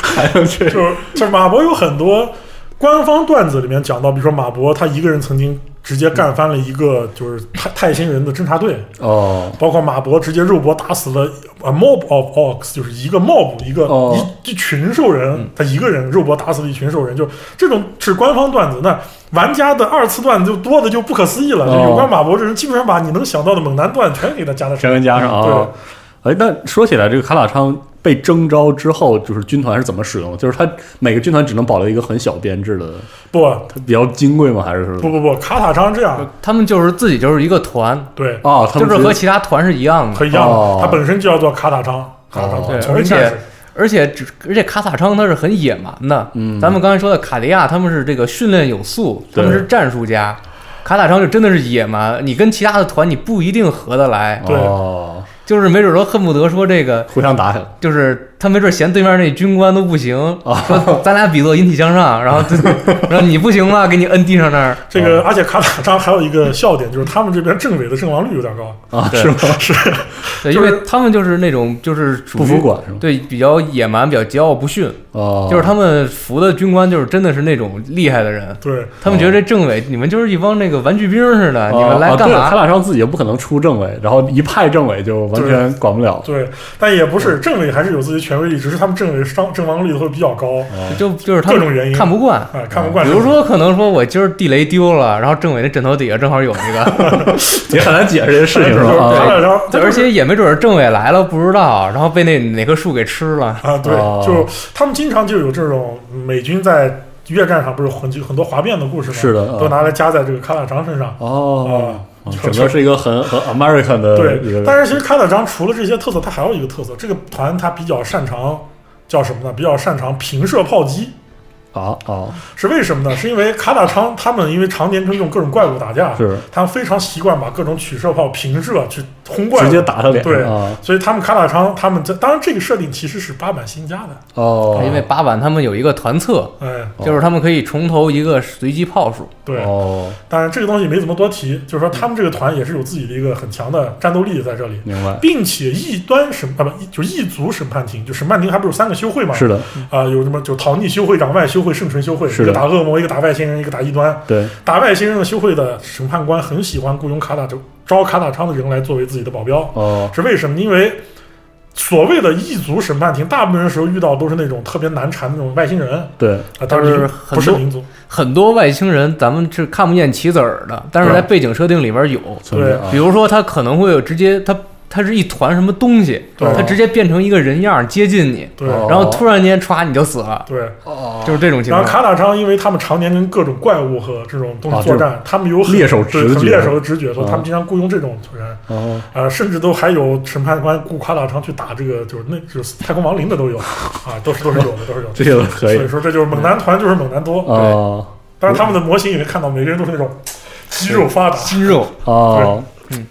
C: 还有这
D: 就是就是马博有很多官方段子里面讲到，比如说马博他一个人曾经直接干翻了一个就是泰泰星人的侦察队，
C: 哦
D: 包括马博直接肉搏打死了 a mob of ox，就是一个 mob 一个、
C: 哦嗯
D: 一一群兽人，他一个人肉搏打死了一群兽人，就这种是官方段子。那玩家的二次段子就多的就不可思议了，就
C: 哦
D: 有关马博这人，基本上把你能想到的猛男段全给他加在上
C: 全
D: 面。
C: 跟加上啊。哎，那说起来，这个卡拉昌被征召之后，就是军团是怎么使用的？就是他每个军团只能保留一个很小编制的，
D: 不
C: 它比较金贵吗？还是
D: 不不不，卡塔昌这样，
E: 他们就是自己就是一个团，
D: 对，
C: 哦，他
E: 就
C: 们
E: 是
C: 直接
E: 和其他团是一样的
D: 和。一样
C: 哦
D: 的，他本身就要做卡塔昌，卡塔
C: 哦
D: 昌
E: 对
D: 团，丛林
E: 而且
D: 战士。
E: 而且只而且卡萨昌他是很野蛮的，
C: 嗯
E: 咱们刚才说的卡迪亚他们是这个训练有素，他
C: 对
E: 们是战术家，卡萨昌就真的是野蛮，你跟其他的团你不一定合得来，
D: 对
C: 哦，
E: 就是没准说恨不得说这个
C: 互相打起来。
E: 就是他没准嫌对面那军官都不行，
C: 哦
E: 说咱俩比作引体向上，然后 就然后你不行了，给你摁地上那儿，
D: 这个，
C: 哦
D: 而且卡塔昌还有一个笑点，就是他们这边政委的阵亡率有点高。
C: 啊，
E: 对
C: 是 吗？
E: 对，因为他们就是那种就是属于
C: 不服管是吗？
E: 对比较野蛮、比较桀骜不驯，
C: 哦，
E: 就是他们服的军官就是真的是那种厉害的人，
D: 对，
E: 他们觉得这政委你们就是一帮那个玩具兵似的，
C: 哦。
E: 你们来干
C: 啊对
E: 嘛
C: 卡？拉昌自己也不可能出政委，然后一派政委就完全管不了。
D: 对，但也不
C: 嗯
D: 是政委还是有自己权威力，只是他们政委伤阵亡率会比较
C: 哦
D: 高，
E: 就就是他
D: 各种原
E: 们
D: 因
E: 看不惯。
D: 哎，看不惯。
E: 比如，说，可能说我今儿地雷丢了，然后政委那枕头底下正好有一个，
C: 也很难解释这些事情，是
D: 就是
C: 吧？
D: 卡
C: 啊
D: 塔昌，
E: 对而且也没准儿政委来了不知道，然后被那哪棵树给吃了。
D: 啊，对
C: 哦，
D: 就他们经常就有这种美军在越战上不是很很多哗变的故事吗？
C: 是的啊
D: 都拿来加在这个卡塔昌身上
C: 哦，
D: 啊。
C: 啊整个是一个很很 American 的一
D: 对，
C: 个
D: 但是其实卡塔昌除了这些特色，他还有一个特色，这个团他比较擅长叫什么呢？比较擅长平射炮击。
C: 啊啊，
D: 是为什么呢？是因为卡塔昌他们因为常年跟这种各种怪物打架，
C: 是
D: 他们非常习惯把各种取射炮平射去轰怪物，
C: 直接打他脸
D: 对
C: 啊
D: 所以他们卡塔昌他们这当然这个设定其实是八版新加的，
C: 哦，
E: 因为八版他们有一个团测，
D: 哎，
C: 哦
E: 就是他们可以重投一个随机炮数。
D: 对。
C: 哦，
D: 当然这个东西没怎么多提，就是说他们这个团也是有自己的一个很强的战斗力在这里，
C: 明白，
D: 并且异端审啊不就是异族审判庭，就审判庭还不是有三个修会嘛？
C: 是的，
D: 啊、有什么就逃匿修会、长外修会、圣纯修会，
C: 是
D: 一
C: 的
D: 个打恶魔，一个打外星人，一个打异端。
C: 对，
D: 打外星人的修会的审判官很喜欢雇佣卡塔招招卡塔昌的人来作为自己的保镖，
C: 哦，
D: 是为什么？因为所谓的异族审判庭，大部分人时候遇到都是那种特别难缠的那种外星人啊，
C: 对，
D: 当
E: 但是
D: 然
E: 很
D: 不是
E: 多
D: 民族，
E: 很多外星人咱们是看不见棋子儿的，但是在背景设定里边有，
C: 存在啊
E: 比如说他可能会有直接他。它是一团什么东西，
D: 对
E: 它直接变成一个人样儿接近你，
D: 对
E: 然后突然间歘你就死了，
D: 对，
E: 就
C: 哦，
E: 是这种情
D: 然
E: 况
D: 后。卡塔昌，因为他们常年跟各种怪物和这种东
C: 啊
D: 西作战，他们有很
C: 猎手
D: 对
C: 直
D: 很
C: 觉
D: 猎手的直觉，所以
C: 啊
D: 他们经常雇佣这种人。
C: 哦，
D: 呃，甚至都还有审判官雇卡塔昌去打这个，就是那就是太空亡灵的都有啊，都是都是有的，都是有的。
C: 这个可以
D: 所以说这就是猛男团，就是猛男多。
C: 哦
D: 但是他们的模型也可以看到，每个人都是那种肌肉发达。
E: 肌肉，
C: 哦
E: 嗯，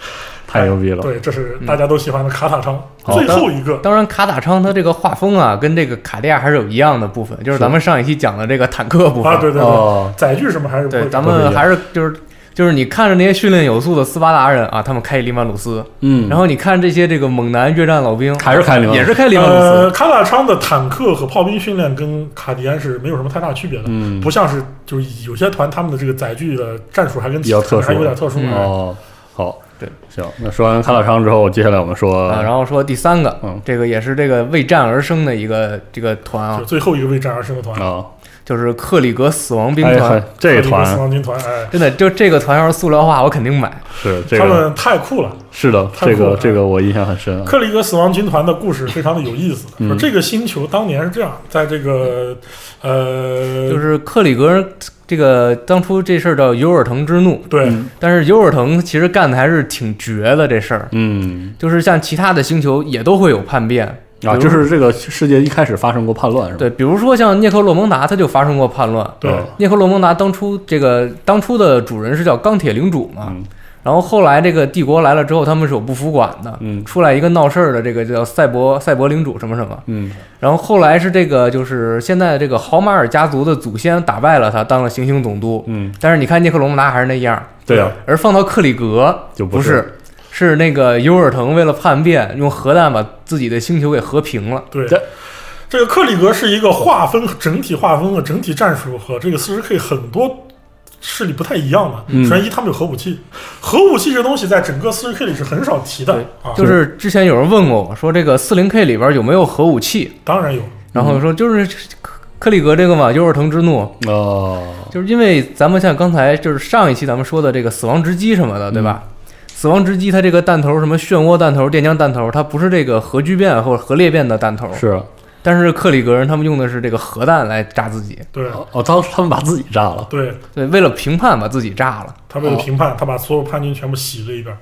C: 太牛逼了，
D: 对，这是大家都喜欢的卡塔昌。
C: 嗯
D: 最后一个，
E: 当然卡塔昌它这个画风啊，跟这个卡地亚还是有一样的部分，就是咱们上一期讲的这个坦克部分
D: 啊，对对对，
C: 哦，
D: 载具什么还是不
E: 对，
D: 会
E: 咱
D: 的。
E: 们还是就是就是你看着那些训练有素的斯巴达人啊，他们开里曼鲁斯，
C: 嗯，
E: 然后你看这些这个猛男越战老兵，
C: 还是开灵，
E: 也是开里曼鲁
D: 呃，
E: 斯，
D: 卡塔昌的坦克和炮兵训练跟卡迪安是没有什么太大区别的，
C: 嗯
D: 不像是就是有些团他们的这个载具的战术还跟
C: 比较特殊
D: 还有点特殊。啊
E: 嗯
C: 哦，好，
E: 对，
C: 行，那说完卡塔昌之后，接下来我们说，
E: 啊，然后说第三个
C: 嗯，
E: 这个也是这个为战而生的一个这个团啊
D: 就，最后一个为战而生的团，
C: 啊，
E: 就是克里格死亡兵
C: 哎，
E: 团
C: 很，这个
D: 死
C: 团
D: 亡军团，哎，
E: 真的就这个团要是塑料化，我肯定买。
C: 是这
D: 他
C: 个嗯
D: 们太酷了。
C: 是的，
D: 太
C: 这
D: 酷
C: 个
D: 了
C: 这个我印象很深啊，
D: 克里格死亡军团的故事非常的有意思。
C: 嗯
D: 说这个星球当年是这样，在这个
C: 嗯
D: 呃，
E: 就是克里格这个当初这事儿叫尤尔腾之怒，
D: 对
C: 嗯
E: 但是尤尔腾其实干的还是挺绝的这事儿，
C: 嗯
E: 就是像其他的星球也都会有叛变
C: 啊，
E: 比
C: 就
E: 如
C: 是这个世界一开始发生过叛乱是吧？
E: 对，比如说像涅克洛蒙达，他就发生过叛乱。
D: 对
C: 哦
E: 涅克洛蒙达当初这个当初的主人是叫钢铁领主嘛，
C: 嗯
E: 然后后来这个帝国来了之后，他们是有不服管的，
C: 嗯
E: 出来一个闹事儿的这个叫赛博赛博领主什么什么，
C: 嗯
E: 然后后来是这个就是现在这个豪马尔家族的祖先打败了他，当了行星总督。
C: 嗯，
E: 但是你看涅克罗蒙达还是那样，
C: 对啊，
E: 而放到克里格
C: 就不
E: 不是，是那个尤尔腾为了叛变，用核弹把自己的星球给和平了。
D: 对
C: 对。
D: 这个克里格是一个划分整体划分和整体战术和这个四十 K 很多势力不太一样的。
C: 嗯
D: 首先一，他们有核武器，核武器这东西在整个四十 K 里是很少提的
E: 对
D: 啊，
E: 就是之前有人问过我说，这个四零 K 里边有没有核武器？
D: 当然有。
E: 然后说就是克克里格这个嘛，尤尔腾之怒，
C: 哦，
E: 就是因为咱们像刚才就是上一期咱们说的这个死亡直击什么的，对吧？死亡直击它这个弹头什么漩涡弹头、电浆弹头，它不是这个核聚变或者核裂变的弹头，
C: 是啊
E: 但是克里格人他们用的是这个核弹来炸自己，
D: 对
C: 哦，当时他们把自己炸了，
D: 对，
E: 对，为了评判把自己炸了。
D: 他为了
C: 哦
D: 评判，他把所有叛军全部洗了一遍，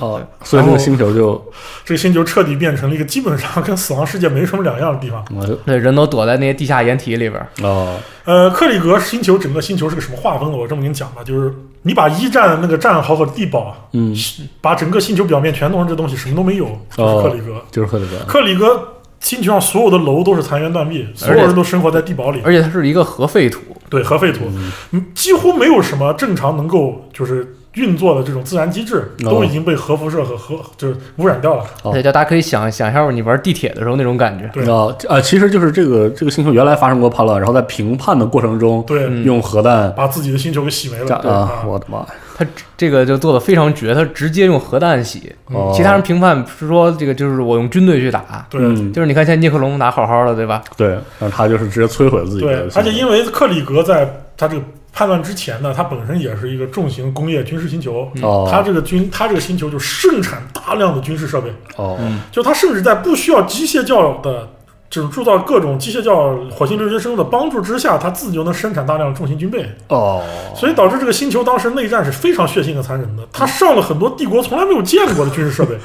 C: 哦，所以这个星球就
D: 这个星球彻底变成了一个基本上跟死亡世界没什么两样的地方。
C: 我就
E: 对，人都躲在那些地下掩体里边儿，
C: 哦，
D: 呃，克里格星球整个星球是个什么划分的？我这么跟你讲吧，就是你把一战那个战壕和地堡啊，
C: 嗯，
D: 把整个星球表面全弄成这东西，什么都没有，就是克里格。
C: 就是克里格，
D: 克里格星球上所有的楼都是残垣断壁，所有人都生活在地堡里，
E: 而且它是一个核废土，
D: 对核废土，嗯几乎没有什么正常能够就是运作的这种自然机制，
C: 哦
D: 都已经被核辐射和核就是污染掉了。
C: 哦
E: 对，就大家可以想想象你玩地铁的时候那种感觉。
D: 对
C: 哦啊，其实就是这个这个星球原来发生过叛乱，然后在评判的过程中，
D: 对，
E: 嗯
C: 用核弹
D: 把自己的星球给洗没了
C: 炸啊，我的妈呀！
E: 他这个就做的非常绝，他直接用核弹洗。
C: 哦
E: 其他人评判是说这个就是我用军队去打，
D: 对。
C: 嗯
E: 就是你看现在尼克龙打好好的，对吧？
C: 对，但是他就是直接摧毁自己
D: 对
C: 的星球。，
D: 而且因为克里格在他这个叛乱之前呢，他本身也是一个重型工业军事星球，
C: 哦，
D: 他这个军他这个星球就盛产大量的军事设备，
C: 哦，
D: 就他甚至在不需要机械教的。就是铸造各种机械教火星留学生的帮助之下，他自己就能生产大量的重型军备，
C: 哦，
D: 所以导致这个星球当时内战是非常血腥和残忍的。他上了很多帝国从来没有见过的军事设备，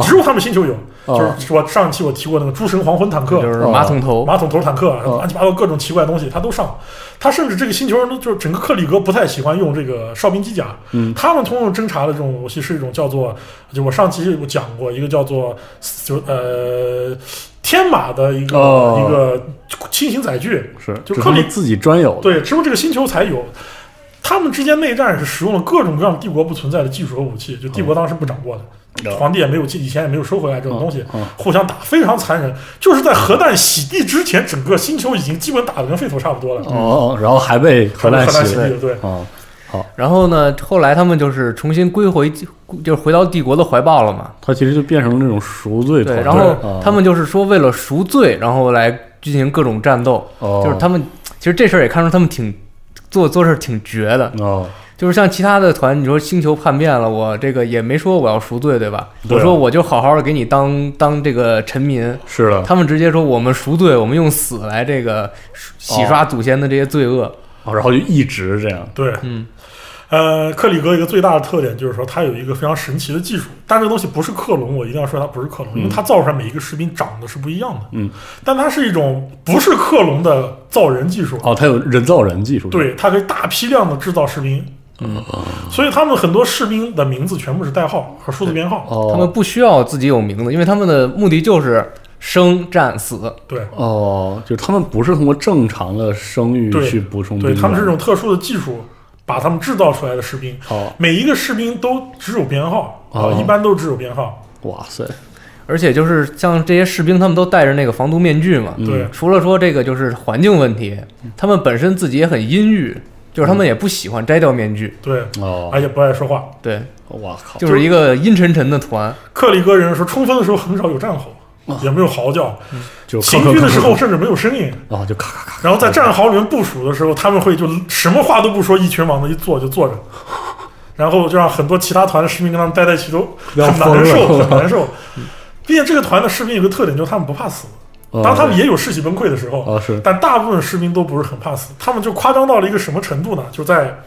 D: 只有他们星球有。
C: 哦
D: 就是我上期我提过那个诸神黄昏坦克，
E: 就是马桶头，
D: 马桶头坦克啊，乱七八糟各种奇怪东西他都上。他甚至这个星球人都就是整个克里格不太喜欢用这个哨兵机甲，
C: 嗯
D: 他们通用侦察的这种武器是一种叫做，就我上期有讲过一个叫做就呃天马的一个、
C: 哦
D: 一个轻型载具，
C: 是，
D: 就
C: 这
D: 克里
C: 是自己专有的。
D: 对，只有这个星球才有。他们之间内战是使用了各种各样帝国不存在的技术和武器，就帝
C: 哦
D: 国当时不掌握的，皇帝也没有记，以前也没有收回来这种东西，
C: 嗯嗯
D: 互相打非常残忍。就是在核弹洗地之前，整个星球已经基本打得跟废土差不多了。
C: 哦，哦然后还被核弹
D: 核弹洗
C: 袭。
D: 地，对，
C: 哦，
E: 然后呢，后来他们就是重新归回，就是回到帝国的怀抱了嘛。
C: 他其实就变成那种赎罪团队。
E: 对，然
C: 哦
E: 后他们就是说为了赎罪，然后来进行各种战斗。
C: 哦
E: 就是他们其实这事儿也看出他们挺做做事儿挺绝的，
C: 哦，
E: 就是像其他的团，你说星球叛变了，我这个也没说我要赎罪，对吧？
C: 对啊
E: 我说我就好好的给你当当这个臣民。
C: 是的，
E: 他们直接说我们赎罪，我们用死来这个洗刷祖先的这些罪恶。
C: 哦然后就一直这样，
D: 对，
E: 嗯，
D: 呃，克里格一个最大的特点就是说，它有一个非常神奇的技术，但这个东西不是克隆，我一定要说它不是克隆，因为它造出来每一个士兵长得是不一样的。
C: 嗯，
D: 但它是一种不是克隆的造人技术，
C: 哦，他有人造人技术，
D: 对，它可以大批量的制造士兵。嗯，所以他们很多士兵的名字全部是代号和数字编号。
E: 他
C: 哦
E: 们不需要自己有名字，因为他们的目的就是生、战、死。
D: 对，
C: 哦，就是他们不是通过正常的生育
D: 对
C: 去补充
D: 对
C: 兵
D: 他们
C: 源
D: 是用特殊的技术把他们制造出来的士兵，
C: 哦，
D: 每一个士兵都只有编号啊、
C: 哦
D: 一般都只有编号。
C: 哇塞，
E: 而且就是像这些士兵，他们都戴着那个防毒面具嘛。
C: 嗯
D: 对，
E: 除了说这个就是环境问题，他们本身自己也很阴郁，就是他
C: 嗯
E: 们也不喜欢摘掉面具。
D: 对，
C: 哦
D: 而，且不爱说话。
E: 对，
C: 哇靠，
E: 就是一个阴沉沉的团。
D: 克里格人说，冲锋的时候很少有战吼，
C: 哦
D: 也没有嚎叫，
C: 就
D: 行
C: 咔咔
D: 军的
C: 咔
D: 时候
C: 咔
D: 甚至没有声音。
C: 咔哦，就咔咔咔，
D: 然后在战壕里面部署的时候，他们会就什么话都不说，一群往那一坐就坐着，然后就让很多其他团的士兵跟他们待在一起都很
C: 要疯
D: 难受，
C: 了
D: 很 难受。并且这个团的士兵有个特点，就是他们不怕死。
C: 哦
D: 当他们也有士气崩溃的时候，
C: 哦是
D: 但大部分士兵都不是很怕死，他们就夸张到了一个什么程度呢？就在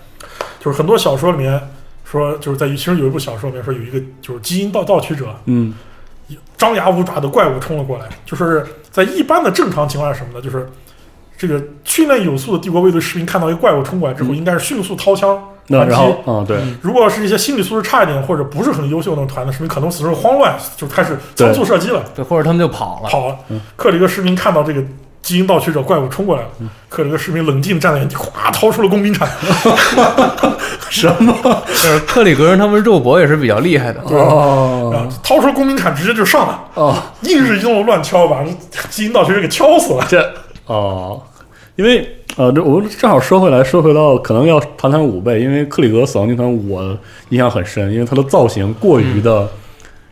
D: 就是很多小说里面说，就是在其实有一部小说里面说有一个就是基因盗盗取者，
C: 嗯
D: 张牙舞爪的怪物冲了过来。就是在一般的正常情况下是什么呢？就是这个训练有素的帝国卫队士兵看到一个怪物冲过来之后，应该是迅速掏枪
C: 嗯那
D: 还击
C: 然后嗯对
D: 如果是一些心理素质差一点或者不是很优秀的团的士兵，可能此时慌乱就开始仓促射击了，
E: 对，或者他们就跑了。
D: 跑了。克里格士兵看到这个。基因盗取者怪物冲过来了，
C: 嗯
D: 克里格士兵冷静地站在原地，哗掏出了工 兵铲，
C: 什么
E: 就是克里格人他们肉搏也是比较厉害的。
D: 然
C: 哦
D: 后啊掏出工兵铲直接就上了，
C: 哦。
D: 硬是一通乱敲，把这基因盗取者给敲死了。
C: 这哦，因为呃，这我们正好说回来，说回到可能要谈谈五倍，因为克里格死亡军团我印象很深，因为它的造型过于的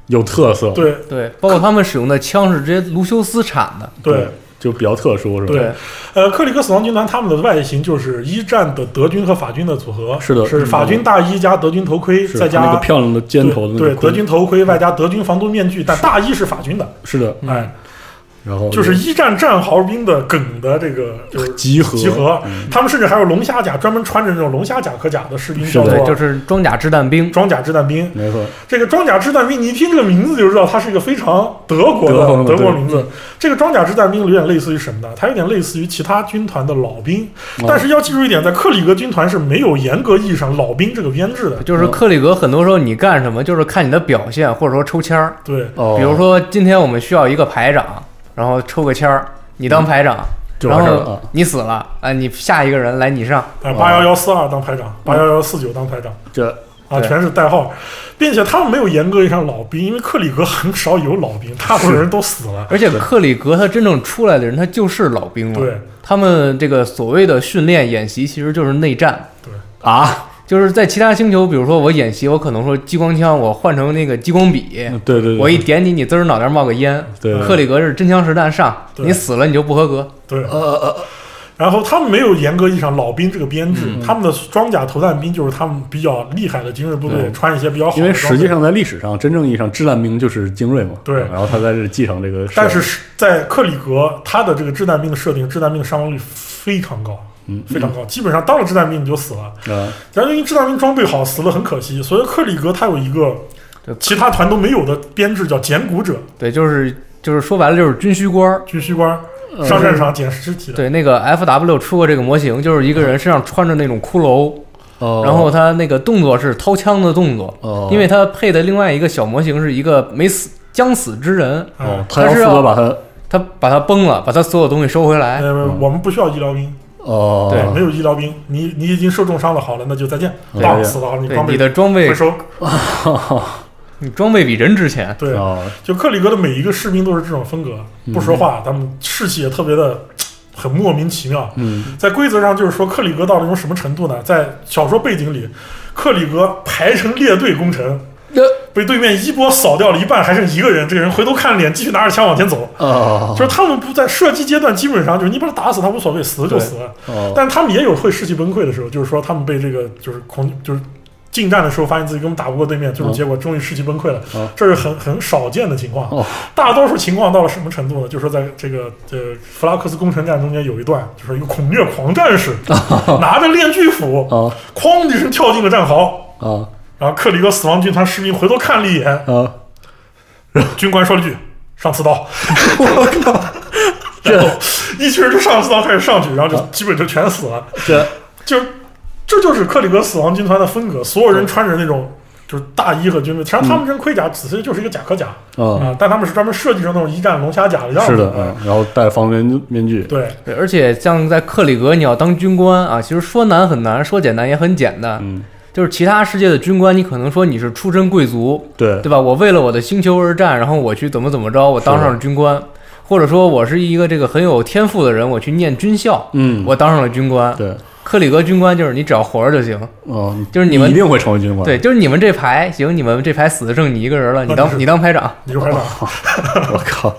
C: 有特色，
D: 嗯对
E: 对，包括他们使用的枪是直接卢修斯产的。
D: 对，
C: 就比较特殊，是吧？
D: 对，呃，克里克死亡军团他们的外形就是一战的德军和法军的组合，
C: 是的嗯
D: 是法军大衣加德军头盔，
C: 是
D: 再加
C: 它那个漂亮的尖头的那
D: 对
C: 个
D: 对德
C: 盔嗯
D: 军头盔，外加德军防毒面具，但大衣是法军的，
C: 是的，
D: 哎，
C: 然后
D: 就是一战战壕兵的梗的这个就是
C: 集合
D: 集合，
C: 嗯
D: 他们甚至还有龙虾甲，专门穿着那种龙虾甲壳甲的士兵，
C: 是
D: 叫
C: 的
E: 对，就
D: 做
E: 是装甲掷弹兵。
D: 装甲掷弹兵。
C: 没错，
D: 这个装甲掷弹兵，你一听这个名字就知道它是一个非常德国
C: 德国
D: 的
C: 的
D: 德
C: 对
D: 国名字。这个装甲掷弹兵有点类似于什么呢？它有点类似于其他军团的老兵，
C: 哦
D: 但是要记住一点，在克里格军团是没有严格意义上老兵这个编制的。
E: 就是
C: 嗯
E: 克里格很多时候你干什么，就是看你的表现，或者说抽签儿。
D: 对，
C: 哦，
E: 比如说今天我们需要一个排长，然后抽个签儿，你当排长，
C: 嗯就
E: 然
C: 完事儿了
E: 后
C: 啊
E: 你死了，啊，你下一个人来你上，
D: 哎，八幺幺四二当排长，八幺幺四九当排长
C: 这
D: 啊，
E: 对
D: 全是代号，并且他们没有严格意义上老兵，因为克里格很少有老兵，大部分人都死了。
E: 而且克里格他真正出来的人，他就是老兵了。
D: 对，
E: 他们这个所谓的训练演习，其实就是内战。
D: 对，
C: 啊，
E: 就是在其他星球，比如说我演习，我可能说激光枪，我换成那个激光笔，
C: 嗯对对对，
E: 我一点你，你滋儿脑袋冒个烟。
C: 对对对
E: 克里格是真枪实弹上，
D: 对
E: 你死了你就不合格。
D: 对，
C: 呃
D: 然后他们没有严格意义上老兵这个编制，
C: 嗯
D: 他们的装甲投弹兵就是他们比较厉害的精锐部队，
C: 对
D: 穿一些比较好的
C: 因为实际
D: 装备。
C: 上在历史上真正意义上，掷弹兵就是精锐嘛，
D: 对
C: 然后他在这继承这个，
D: 但是是在克里格，他的这个掷弹兵的设定，掷弹兵的伤亡率非常高，
C: 嗯
D: 非常高，基本上当了掷弹兵你就死了。
C: 啊，
D: 然后因为掷弹兵装备好，死了很可惜，所以克里格他有一个
E: 对
D: 其他团都没有的编制，叫捡骨者，
E: 对，就是就是说白了就是军需官儿。
D: 军需官
C: 呃
D: 上战场捡尸体的。
E: 对，那个 F W 出过这个模型，就是一个人身上穿着那种骷髅，
C: 哦，
E: 然后他那个动作是掏枪的动作，
C: 哦，
E: 因为他配的另外一个小模型是一个没死将死之人，
C: 哦
D: 哎，
C: 他要
E: 他
C: 负
E: 是要
C: 责把他
E: 他把他崩了，把他所有东西收回来。
D: 呃，
C: 嗯
D: 我们不需要医疗兵，
C: 哦，
E: 对
D: 啊没有医疗兵，你你已经受重伤了，好了，那就再见，
C: 对
D: 到
C: 对
D: 死了，好了你
E: 对
D: 装，备
E: 你的装备
D: 回，收。
E: 你装备比人值钱。
D: 对，
C: 哦，
D: 就克里格的每一个士兵都是这种风格，不说话，他们士气也特别的很莫名其妙。
C: 嗯，
D: 在规则上，就是说克里格到了一种什么程度呢？在小说背景里，克里格排成列队攻城，
E: 呃
D: 被对面一波扫掉了一半，还剩一个人，这个人回头看脸，继续拿着枪往前走。
C: 哦
D: 就是他们不在射击阶段，基本上就是你把他打死他无所谓，死了就死了。
C: 哦，
D: 但他们也有会士气崩溃的时候，就是说他们被这个就是恐就是近战的时候，发现自己根本打不过对面，最后哦
C: 嗯
D: 结果终于士气崩溃了哦
C: 嗯，
D: 这是很很少见的情况
C: 哦。
D: 大多数情况到了什么程度呢？就是说在这个呃弗拉克斯攻城战中间有一段，就是一个恐虐狂战士 哦拿着炼巨斧，
C: 哦
D: 哐的一声跳进了战壕。
C: 哦
D: 然后克里格死亡军团士兵回头看了一眼，
C: 哦，
D: 军官说了句：“上刺刀。”
C: 这啊
D: 一群人就上刺刀开始上去，然后就基本就全死了。
C: 这
D: 就这就是克里格死亡军团的风格，所有人穿着那种就是大衣和军队，其实他们这身盔甲只是就是一个甲壳甲啊、
C: 哦，
D: 但他们是专门设计成那种一战龙虾甲的样子。
C: 是的，嗯，然后戴防面面具，
D: 对，
E: 对，而且像在克里格，你要当军官啊，其实说难很难，说简单也很简单。
C: 嗯，
E: 就是其他世界的军官，你可能说你是出身贵族，
C: 对
E: 对吧？我为了我的星球而战，然后我去怎么怎么着，我当上了军官，或者说我是一个这个很有天赋的人，我去念军校，
C: 嗯，
E: 我当上了军官。
C: 对，
E: 克里格军官就是你只要活着就行，
C: 哦，
E: 就是你们
C: 一定会成为军官，
E: 对，，就是你们这排行，你们这排死的剩你一个人了，你
D: 那就是
E: 当你当排长。
D: 你就开 打。
C: 哦我靠，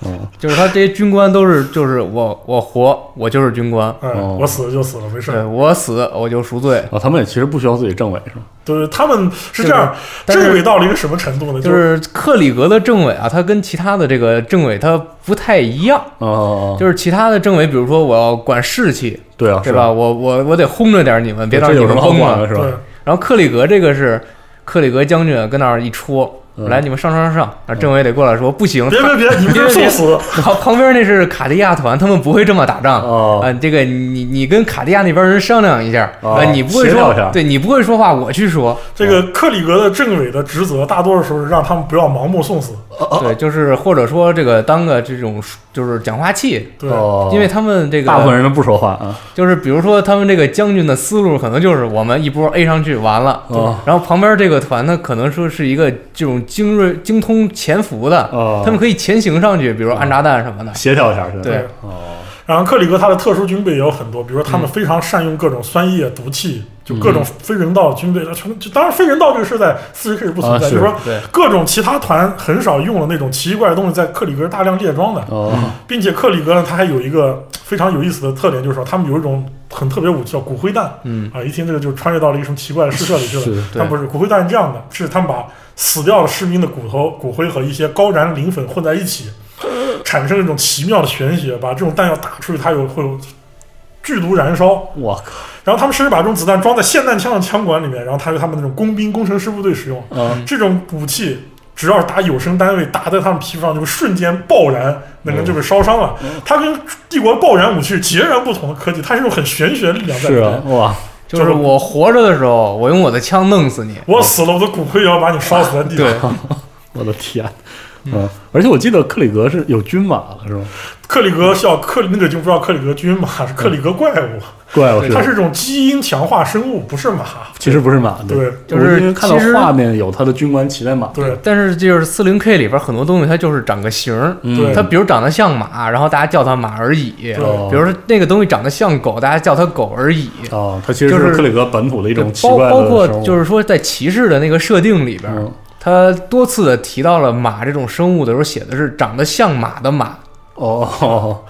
C: 哦
E: 就是他这些军官都是，就是我我活我就是军官，
D: 哎，
C: 哦
D: 我死了就死了，没事
E: 对
D: 儿。
E: 我死我就赎罪。
C: 哦，他们也其实不需要自己政委是吗？
D: 对，他们是这样，
E: 但是
D: 这伪到了一个什么程度呢？
E: 就是克里格的政委啊，他跟其他的这个政委他不太一样，
C: 哦哦，哦
E: 就是其他的政委，比如说我要管士气，
C: 对啊，是
E: 对吧？？我我我得轰着点你们，别
C: 这
E: 让你
C: 有什
E: 们
C: 么好
E: 崩
C: 管的
E: 了。
C: 是
D: 对
C: 吧？，
E: 然后克里格这个是克里格将军跟那儿一戳，
C: 嗯
E: 来你们上上上上，那政委得过来说不行，
D: 别别别，你们这是送死。
E: 旁旁边那是卡地亚团，他们不会这么打仗。
C: 哦
E: 啊，这个你你跟卡地亚那边人商量一下，
C: 哦
E: 啊，你不会
C: 协调
E: 说
C: 一下，哦
E: 对你不会说话，我去说，
D: 这个克里格的政委的职责，大多数时候是让他们不要盲目送死。
C: 哦
E: 对，就是或者说这个当个这种就是讲话器，
D: 对，
C: 哦，
E: 因为他们这个
C: 大部分人都不说话啊，
E: 就是比如说他们这个将军的思路可能就是我们一波 A 上去完了，
C: 哦
E: 然后旁边这个团呢可能说是一个这种精锐精通潜伏的，
C: 哦
E: 他们可以潜行上去，比如按炸弹什么的，
C: 协调一下是吧？
E: 对，
C: 哦，
D: 然后克里格他的特殊军备也有很多，比如说他们
C: 嗯
D: 非常善用各种酸液、毒气，就各种非人道军备。全就当然非人道这个事在四十 K 是不存
C: 啊
D: 在，
C: 是
D: 就是说
E: 对
D: 各种其他团很少用的那种奇奇怪怪的东西，在克里格大量列装的。
C: 哦，
E: 嗯
D: 并且克里格呢，他还有一个非常有意思的特点，就是说他们有一种很特别武器叫骨灰弹。
E: 嗯，
D: 啊，一听这个就穿越到了一个什么奇怪的诗社里去了。
C: 是
E: 对
D: 但不是骨灰弹是这样的，是他们把死掉的士兵的骨头、骨灰和一些高燃磷粉混在一 起，产生一种奇妙的玄学，把这种弹药打出去，它有会有剧毒燃烧。
C: 我靠，
D: 然后他们甚至把这种子弹装在霰弹枪的枪管里面，然后他为他们那种工兵、工程师部队使用。
C: 啊，
D: 这种武器只要是打有声单位，打在他们皮肤上就会瞬间爆燃，那
C: 嗯
D: 人就被烧伤了。它跟帝国爆燃武器是截然不同的科技，它是一种很玄学的力量在里
C: 是
D: 面。
C: 啊，哇，
E: 就是是我活着的时候，我用我的枪弄 死你，
D: 我死了，我的骨灰也要把你烧死在地上。
E: 对，
C: 嗯我的天，嗯，而且我记得克里格是有军马的是吗？
D: 克里格叫克里，那个就不叫克里格军马，
C: 嗯
D: 是克里格怪物，
C: 怪物
D: 它
C: 是，
D: 是一种基因强化生物，不是马。
C: 其实不是马，
D: 对，
E: 就是
C: 我因为看到
E: 其实
C: 画面有他的军官骑在马，
D: 对，
E: 但是就是四零 K 里边很多东西，它就是长个形儿，
C: 嗯
D: 对
E: 它比如长得像马，然后大家叫它马而已。
D: 对
E: 比如说那个东西长得像狗，大家叫它狗而已。
C: 哦，它其实
E: 就是
C: 克里格本土的一种奇
E: 包
C: 怪的
E: 包括
C: 生物
E: 就是说在骑士的那个设定里边，
C: 嗯
E: 它多次的提到了马这种生物的时候，写的是长得像马的马。
C: 哦哦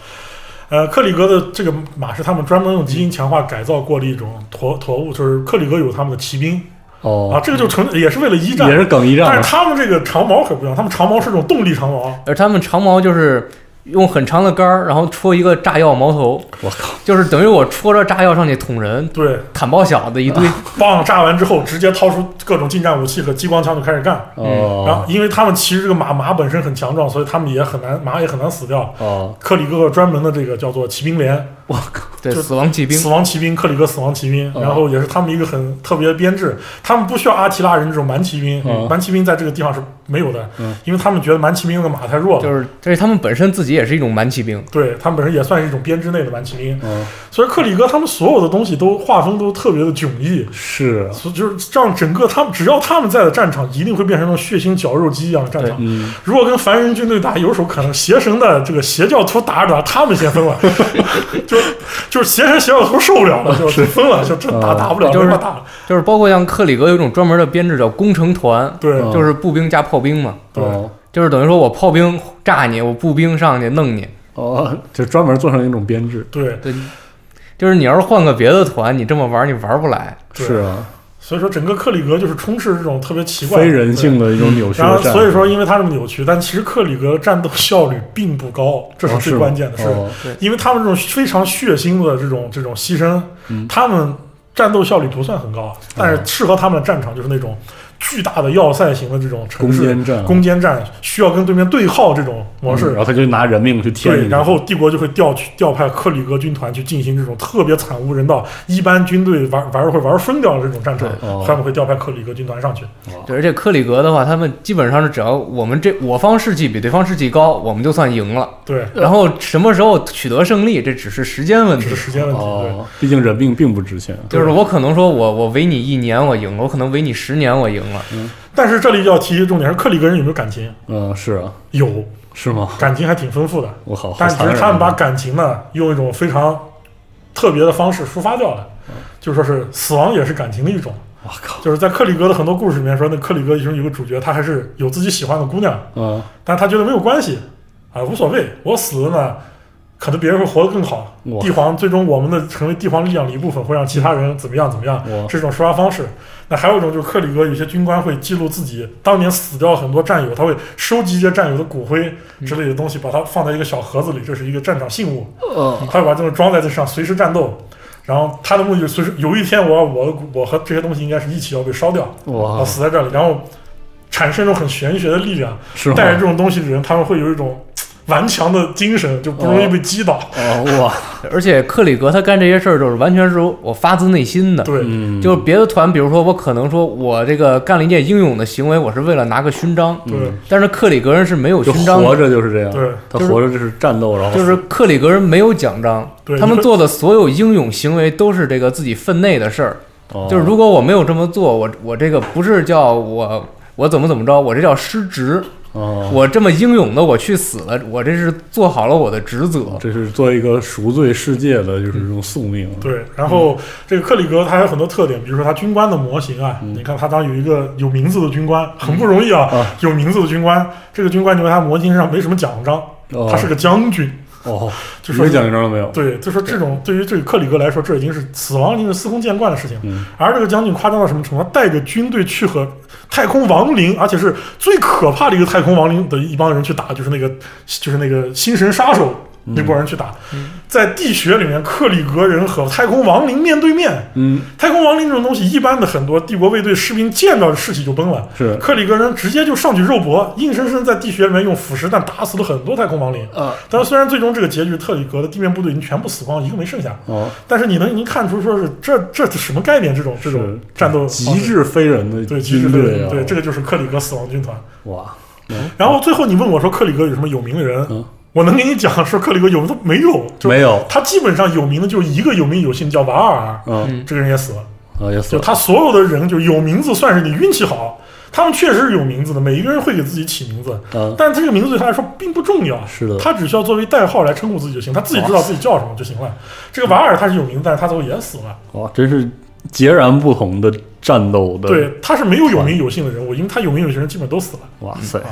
D: 呃，克里格的这个马是他们专门用基因强化改造过的一种驼驼物，就是克里格有他们的骑兵啊，
C: 哦，
D: 这个就纯也是为了一战，
C: 也是梗一战
D: 但
C: 啊
D: 是他们这个长矛可不一样，他们长矛是这种动力长矛，啊
E: 而他们长矛就是用很长的杆儿，然后戳一个炸药矛头，
C: 我靠，
E: 就是等于我戳着炸药上去捅人，
D: 对，
E: 坦爆小子 一堆。
D: 棒炸完之后直接掏出各种近战武器和激光枪就开始干。嗯然后
C: 哦，
D: 因为他们骑着这个马，马本身很强壮，所以他们也很难，马也很难死掉。
C: 哦，
D: 克里格有专门的这个叫做骑兵连，
C: 我靠，
E: 对，
D: 就
E: 死亡骑兵
D: 死。亡骑兵，克里格死亡骑兵，
C: 哦
D: 然后也是他们一个很特别的编制。他们不需要阿提拉人这种蛮骑兵
C: 哦，
D: 蛮骑兵在这个地方是没有的
C: 嗯，
D: 因为他们觉得蛮骑兵的马太弱
E: 就
D: 了。
E: 是，这是他们本身自己也是一种蛮骑兵，
D: 对他们本身也算是一种编制内的蛮骑兵，
C: 嗯，
D: 所以克里格他们所有的东西都画风都特别的迥异，
C: 是啊，
D: 所以就是这样，整个他们只要他们在的战场，一定会变成那种血腥绞肉机一样的战场。
C: 嗯，
D: 如 果跟凡人军队打，有时候可能邪神的这个邪教徒打着打，他们先分了，就就是邪神邪教头受不了了，就是疯了，就真
C: 啊
D: 打打不了，
E: 就
D: 没
E: 是
D: 法打了。
E: 就是包括像克里格有一种专门的编制叫工程团，
D: 对
C: 嗯
E: 就是步兵加炮兵嘛，
D: 对
C: 哦
E: 就是等于说我炮兵炸你，我步兵上去弄你，
C: 哦，就专门做成一种编制。
D: 对
E: 对，就是你要是换个别的团，你这么玩儿你玩不来。
D: 对
C: 是啊，
D: 所以说整个克里格就是充斥这种特别奇怪的
C: 非人性。的一种扭
D: 对
C: 曲
D: 然
C: 的
D: 后，
C: 战略。
D: 所以说，因为他这么扭曲，但其实克里格战斗效率并不高，这
C: 哦
D: 是
C: 是
D: 最关键的事。
C: 哦
D: 因为他们这种非常血腥的这种这种牺牲，
C: 嗯
D: 他们战斗效率不算很高，但是适合他们的战场就是那种巨大的要塞型的这种城
C: 攻
D: 市
C: 坚战，
D: 攻坚战，需要跟对面对号这种模式。
C: 嗯然后他就拿人命去填进
D: 对，
C: 去。
D: 然后帝国就会调去调派克里格军团去进行这种特别惨无人道，一般军队玩玩会玩疯掉的这种战场，
E: 对
C: 哦
D: 他们会调派克里格军团上去。
E: 对，而且克里格的话，他们基本上是只要我们这我方士气比对方士气高，我们就算赢了。
D: 对，
E: 然后什么时候取得胜利，这只是时间问
D: 这
E: 题
D: 是。时间问题。
C: 嗯哦，毕竟人命并不值钱。
E: 就是我可能说我我围你一年我赢了，我可能围你十年我赢了。
D: 对，但是这里要提一个重点是克里格人有没有感情？
C: 嗯，是啊，
D: 有
C: 是吗？
D: 感情还挺丰富的，
C: 我好，好
D: 但只
C: 残
D: 是
C: 忍啊
D: 他们把感情呢用一种非常特别的方式抒发掉了，
C: 嗯
D: 就说是死亡也是感情的一种。
C: 我靠，
D: 就是在克里格的很多故事里面说，那克里格其中有个主角，他还是有自己喜欢的姑娘，
C: 嗯
D: 但他觉得没有关系，啊，无所谓，我死了呢，可能别人会活得更好
C: 哇。
D: 帝皇最终我们的成为帝皇力量的一部分，会让其他人怎么样怎么样
C: 哇，
D: 这种说话方式。那还有一种就是克里格有些军官会记录自己当年死掉很多战友，他会收集一些战友的骨灰
C: 嗯
D: 之类的东西，把它放在一个小盒子里，这是一个战场信物。
C: 呃，
D: 他会把这种装在这上，随时战斗。然后他的目的就是随时有一天我我我和这些东西应该是一起要被烧掉，
C: 哇
D: 我，死在这里，然后产生一种很玄学的力量。
C: 是吗？
D: 带着这种东西的人，他们会有一种嘖顽强的精神，就不容易被击倒。
C: 哦哇，
E: 而且克里格他干这些事儿就是完全是我发自内心的。
D: 对，
C: 嗯，
E: 就是别的团，比如说我可能说我这个干了一件英勇的行为，我是为了拿个勋章，
D: 对，
E: 但是克里格人是没有
C: 就
E: 勋章的
C: 活，着就是这样，
D: 对，
C: 他
E: 就是
C: 活着就是战斗，然后
E: 就是克里格人没有奖章
D: 对，
E: 他
D: 你
E: 们
D: 会
E: 做的所有英勇行为都是这个自己分内的事儿。
C: 哦
E: 就是如果我没有这么做，我我这个不是叫我我怎么怎么着，我这叫失职。
C: 哦，
E: 我这么英勇的我去死了，我这是做好了我的职责。
C: 这是做一个赎罪世界的，就是这种宿命，
D: 嗯对，然后这个克里格他还有很多特点，比如说他军官的模型啊，你看他当有一个有名字的军官，很不容易啊，
C: 嗯啊
D: 有名字的军官，这个军官你看他模型上没什么奖章，
C: 哦
D: 他是个将军，
C: 哦，
D: 就
C: 一
D: 说
C: 个奖章都没有，
D: 对，就说这种对于这个克里格来说，这已经是死亡已经是司空见惯的事情。
C: 嗯
D: 而这个将军夸张到什么程度？他带着军队去和太空亡灵，而且是最可怕的一个太空亡灵的一帮人去打，就是那个就是那个星神杀手
C: 嗯
D: 那波人去打。在地穴里面，克里格人和太空亡灵面对面。
C: 嗯，
D: 太空亡灵这种东西，一般的很多帝国卫队士兵见到尸体就崩了。
C: 是
D: 克里格人直接就上去肉搏，硬生生在地穴里面用腐蚀弹打死了很多太空亡灵。
C: 啊，
D: 但是虽然最终这个结局，特里格的地面部队已经全部死光，一个没剩下，
C: 哦，
D: 但是你能已经看出，说是这这是什么概念？这种这种
C: 是
D: 战斗方
C: 极
D: 式
C: 致非人的
D: 对极致
C: 军队啊，
D: 对这个就是克里格死亡军团。
C: 哇，
D: 然后最后你问我说克里格有什么有名的人，
C: 嗯
D: 我能给你讲说克里格有都没有，就
C: 没有
D: 他基本上有名的就一个有名有姓叫瓦尔，
C: 嗯
E: 嗯
D: 这个人也死了。
C: 啊也死
D: 就
C: 了，
D: 他所有的人，就有名字算是你运气好，他们确实是有名字的，每一个人会给自己起名字，
C: 嗯
D: 但这个名字对他来说并不重要，
C: 是的哦
D: 他只需要作为代号来称呼自己就行，他自己知道自己叫什么就行了。这个瓦尔他是有名字，但是他最后也死了。
C: 哇，真是截然不同的战斗的，
D: 对，，他是没有有名有姓的人物，因为他有名有姓的人基本都死了。
C: 哇塞，
D: 啊，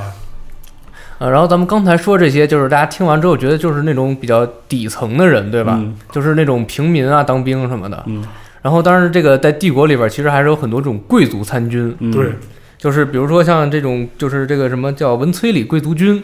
E: 呃，然后咱们刚才说这些，就是大家听完之后觉得就是那种比较底层的人，对吧？
C: 嗯
E: 就是那种平民啊，当兵什么的。
C: 嗯
E: 然后，当然这个在帝国里边，其实还是有很多这种贵族参军，
C: 嗯
D: 对，
E: 就是比如说像这种，就是这个什么叫文崔里贵族军，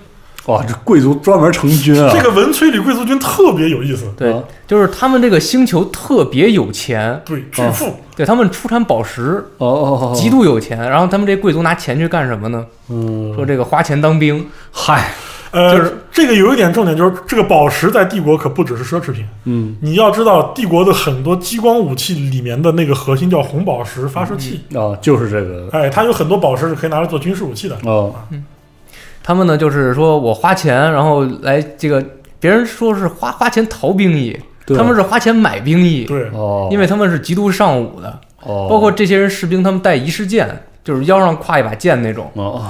C: 哇，这贵族专门成军啊，
D: 这个文崔里贵族军特别有意思，
E: 对，
C: 啊
E: 就是他们这个星球特别有钱，
D: 对，巨
C: 嗯
D: 富，
E: 对他们出产宝石，
C: 哦哦哦，
E: 极度有钱。然后他们这贵族拿钱去干什么呢？
C: 嗯，
E: 说这个花钱当兵，
C: 嗨，
D: 呃，
E: 就是
D: 这个有一点重点，就是这个宝石在帝国可不只是奢侈品。
C: 嗯
D: 你要知道，帝国的很多激光武器里面的那个核心叫红宝石发射器，
C: 啊，就是这个
D: 哎，它有很多宝石是可以拿来做军事武器的。
C: 哦，
E: 他们呢就是说我花钱，然后来这个别人说是花花钱逃兵役，
C: 对啊
E: 他们是花钱买兵役，
D: 对，
C: 哦，
E: 因为他们是极度尚武的，
C: 哦，
E: 包括这些人士兵他们带仪式剑，就是腰上挎一把剑那种。
C: 哦，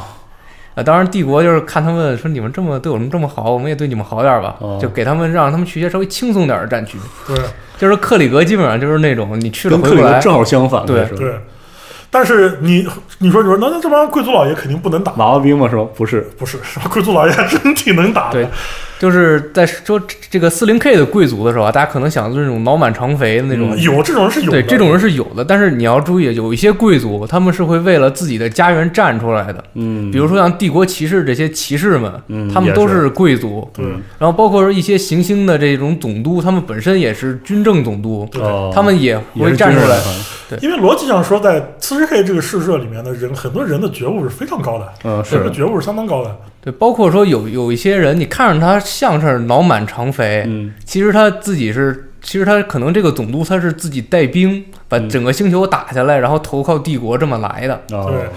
E: 呃，当然帝国就是看他们说你们这么对我们这么好，我们也对你们好点儿吧，
C: 哦
E: 就给他们让他们去一些稍微轻松点儿的战区。
D: 对
E: 就是克里格基本上就是那种你去了
C: 跟
E: 回
C: 克
E: 不
C: 里
E: 来
C: 格，正好相反，
E: 对
C: 是吧
D: 对。但是你你说你说那那这帮贵族老爷肯定不能打，
C: 马娃兵嘛是吗？不是，
D: 不是 是吧？贵族老爷真挺能打的
E: 对，就是在说这个四零 K 的贵族的时候啊，大家可能想的是那种脑满肠肥的那种。
D: 嗯有这种人是有的，
E: 对，这种人是有的，但是你要注意，有一些贵族他们是会为了自己的家园站出来的，
C: 嗯，
E: 比如说像帝国骑士这些骑士们，
C: 嗯
E: 他们
C: 也
E: 都
C: 是
E: 是贵族，
D: 对
E: 然后包括说一些行星的这种总督，他们本身也是军政总督，
D: 对
C: 哦
E: 他们也
C: 也
E: 会
C: 是
E: 站出
C: 军人啊的。
E: 来
C: 反
D: 因为逻辑上说，在四十 K 这个试射里面的人，很多人的觉悟是非常高的，
C: 正嗯
D: 人的
C: 是，
D: 觉悟是相当高的。
E: 对，包括说有有一些人，你看着他像是脑满肠肥，
C: 嗯
E: 其实他自己是，其实他可能这个总督他是自己带兵把
C: 嗯
E: 整个星球打下来，然后投靠帝国这么来的。
C: 哦
D: 对，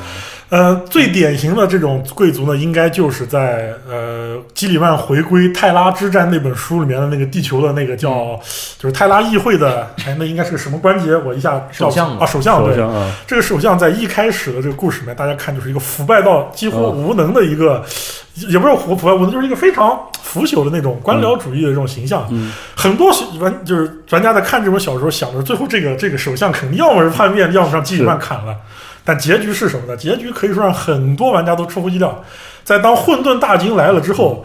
D: 呃，最典型的这种贵族呢，应该就是在呃基里曼回归泰拉之战那本书里面的那个地球的那个叫，就是泰拉议会的，哎，那应该是个什么关节？我一下叫
G: 首
D: 不
G: 相嘛
D: 啊，首相
C: 首
D: 对。
C: 相啊，
D: 这个首相在一开始的这个故事里面，大家看就是一个腐败到几乎
C: 哦
D: 无能的一个，也不是腐腐败无能，就是一个非常腐朽的那种官僚主义的这种形象。
C: 嗯
D: 很多小玩就是玩家在看这本小说，想着最后这个这个首相肯定要么是叛变，要么让基里曼砍了。但结局是什么呢？结局可以说让很多玩家都出乎意料。在当混沌大军来了之后，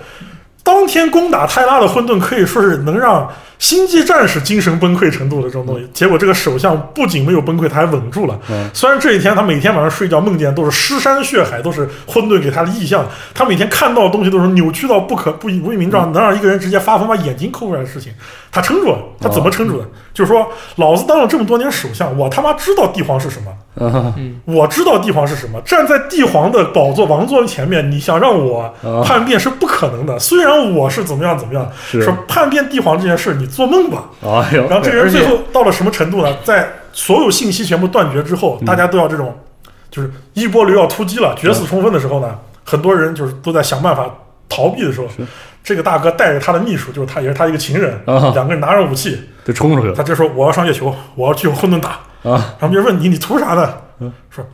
D: 当天攻打泰拉的混沌可以说是能让星际战士精神崩溃程度的这种东西。结果这个首相不仅没有崩溃，他还稳住了。
C: 嗯
D: 虽然这一天他每天晚上睡觉梦见都是尸山血海，都是混沌给他的意象，他每天看到的东西都是扭曲到不可不以不以名状，能让一个人直接发疯把眼睛抠出来的事情，他撑住了。他怎么撑住的？就是说，老子当了这么多年首相，我他妈知道帝皇是什么。
C: 啊
D: 我知道帝皇是什么，站在帝皇的宝座、王座前面，你想让我
C: 啊
D: 叛变是不可能的。虽然我是怎么样怎么样，
C: 是
D: 说叛变帝皇这件事，你做梦吧。
C: 哎呦，
D: 然后这个
E: 而
D: 人
E: 且
D: 最后到了什么程度呢？在所有信息全部断绝之
C: 嗯
D: 后，大家都要这种，就是一波流要突击了，决死冲锋的时候呢，很多人就是都在想办法逃避的时候，这个大哥带着他的秘书，就是他也是他一个情人，
C: 啊
D: 两个人拿着武器，
C: 就冲出去
D: 他
C: 了
D: 就说我要上月球，我要去混沌打。
C: 啊，
D: 然后别人问你，你图啥呢？
C: 嗯
D: 说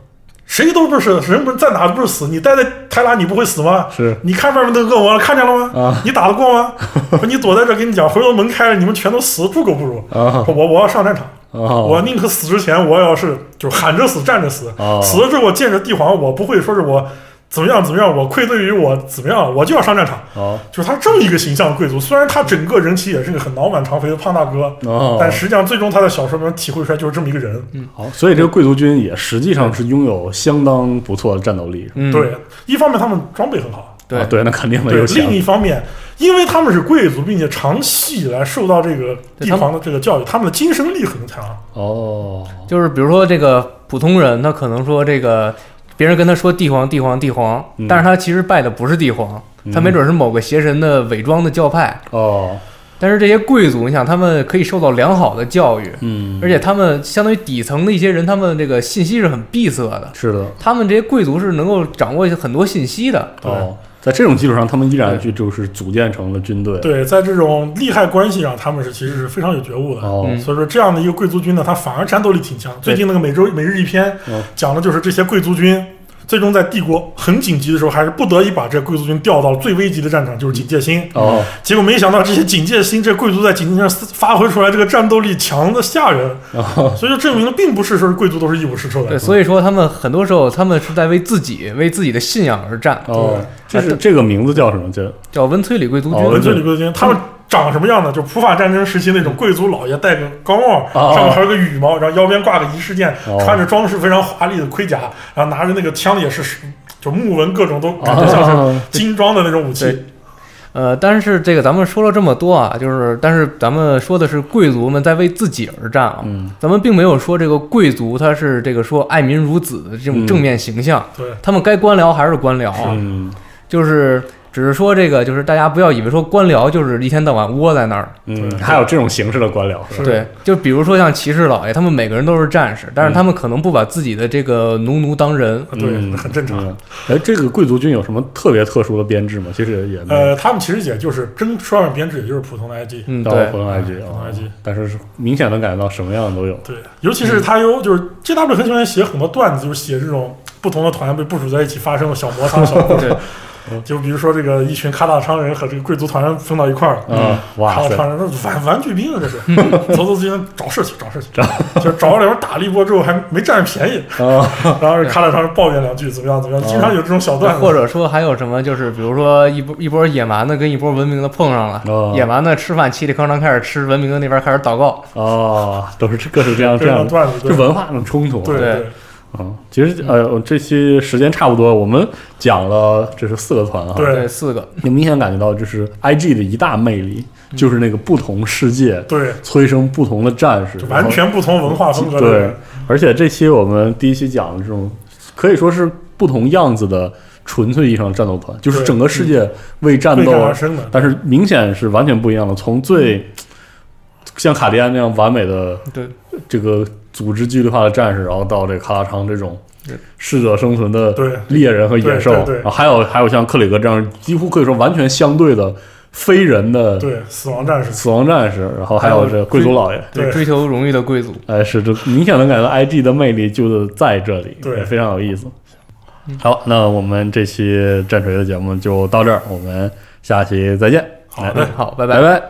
D: 谁都不是，人不是在哪都不是死，你待在泰拉你不会死吗？
C: 是
D: 你看外面那个恶魔了看见了吗？
C: 啊
D: 你打得过 吗？说你躲在这儿跟你讲，回头门开了，你们全都死，猪狗不如。
C: 啊
D: 说我我要上战场，
C: 啊，
D: 我宁可死之前，我要是就是喊着死，站着死，
C: 哦
D: 死了之后我见着帝皇，我不会说是我怎么样怎么样，我愧对于我怎么样，我就要上战场。
C: 哦
D: 就是他这么一个形象的贵族，虽然他整个人其实也是个很脑满肠肥的胖大哥，
C: 哦，
D: 但实际上最终他在小说里面体会出来就是这么一个人。
C: 好，所以这个贵族军也实际上是拥有相当不错的战斗力。
E: 嗯，哎
D: 对，一方面他们装备很好，
E: 对
C: 啊对，那肯定的
D: 对
C: 有，钱
D: 另一方面，因为他们是贵族，并且长期以来受到这个帝
E: 对他们
D: 皇的这个教育，他们的精神力很强。
C: 哦，
E: 就是比如说这个普通人，他可能说这个别人跟他说帝皇帝皇帝皇
C: 嗯，
E: 但是他其实拜的不是帝皇，他
C: 嗯
E: 没准是某个邪神的伪装的教派。
C: 哦，
E: 但是这些贵族，你想他们可以受到良好的教育，
C: 嗯，
E: 而且他们相当于底层的一些人，他们这个信息是很闭塞的。
C: 是的，
E: 他们这些贵族是能够掌握很多信息的，
C: 哦，在这种基础上，他们依然
E: 对
C: 就就是组建成了军队。，
D: 对，在这种利害关系上，他们是其实是非常有觉悟的。
C: 哦，
E: 嗯
D: 所以说，这样的一个贵族军呢，他反而战斗力挺强。最近那个每周每日一篇
E: 哦
C: 嗯
D: 讲的就是这些贵族军，最终在帝国很紧急的时候，还是不得已把这贵族军调到最危急的战场，就是警戒心。
C: 哦，
D: 结果没想到这些警戒心，这贵族在警戒心上发挥出来这个战斗力强的吓人，
C: 哦，
D: 所以就证明了并不是说贵族都是一无是处的。
E: 对，所以说他们很多时候他们是在为自己、为自己的信仰而战，
C: 哦，这是
E: 对
C: 这个名字叫什么？这
E: 叫温崔里贵族
C: 哦
D: 文
E: 军。
D: 最里贵族军，他们长什么样呢？就普法战争时期那种贵族老爷，戴个高帽，
C: 哦
D: 上面还有个羽毛，然后腰边挂个仪式剑
C: 哦，
D: 穿着装饰非常华丽的盔甲，然后拿着那个枪也是，就木纹各种都感觉像是
C: 哦
D: 精装的那种武器
E: 对。呃，但是这个咱们说了这么多啊，就是但是咱们说的是贵族们在为自己而战啊，
C: 嗯
E: 咱们并没有说这个贵族他是这个说爱民如子的这种
C: 嗯
E: 正面形象，
D: 对，
E: 他们该官僚还是官僚啊，
C: 嗯
E: 就是只是说这个就是大家不要以为说官僚就是一天到晚窝在那儿，
C: 嗯，还有这种形式的官僚是吧？
E: 对，就比如说像骑士老爷，他们每个人都是战士，但是他们可能不把自己的这个农奴当人，
D: 对，
C: 嗯
D: 很正常。
C: 嗯，哎，这个贵族军有什么特别特殊的编制吗？其实也没有。
D: 呃，他们其实也就是真说上编制，也就是普通的 IG。
E: 嗯，
C: 到
E: 对
C: 普，通 IG，
D: 普通 IG
C: 啊但是是明显能感觉到什么样的都有。
D: 对，尤其是他有就是 G W 很喜欢写很多段子，就是写这种不同的团被部署在一起发生了小摩擦、小故事。 就比如说这个一群喀大昌人和这个贵族团人碰到一块儿了，
C: 嗯，哇
D: 然后
C: 塞，嗯
D: 穿着那玩玩具兵啊，这是 走走进找事情，找事情，就是找完了以后打了一波之后还没占便宜，
C: 啊，
D: 然后卡塔上抱怨两句怎么样
C: 嗯
D: 怎么样，经常有这种小段子，
E: 或者说还有什么，就是比如说一波一波野蛮的跟一波文明的碰上了，
C: 哦
E: 野蛮的吃饭嘁里哐当开始吃，文明的那边开始祷告，
C: 哦，都是各式各样
D: 这
C: 这样
D: 种
C: 的，
D: 段子，
C: 就文化上冲突啊。
D: 对对，
C: 嗯，其实呃，我这期时间差不多，我们讲了这是四个团啊，
D: 对
E: 对，四个，
C: 你明显感觉到就是 IG 的一大魅力，就是那个不同世界
D: 对，
C: 催生不同的战士，
D: 就完全不同文化风格的
C: 对
D: 人，，
C: 而且这期我们第一期讲的这种可以说是不同样子的纯粹意义上的战斗团，就是
D: 对
C: 整个世界为战
D: 背
C: 斗
D: 战而生嗯的，
C: 但是明显是完全不一样的，从最像卡迪安那样完美的
E: 对
C: 这个组织纪律化的战士，然后到这个卡拉昌这种
E: 对
C: 适者生存的
D: 对
C: 猎人和野兽，
D: 对对对
C: 然后还有还有像克里格这样几乎可以说完全相对的非人的
D: 对，死亡战士，
C: 死亡战士，然后还有这贵族老爷。
D: 对
E: 追求荣誉的贵族，
C: 哎，是这明显能感觉到 IG 的魅力就是在这里，
D: 对
C: 也非常有意思。好，那我们这期战锤的节目就到这儿，我们下期再见。哎
D: 好的
E: 好，拜
C: 拜拜。
F: Oh,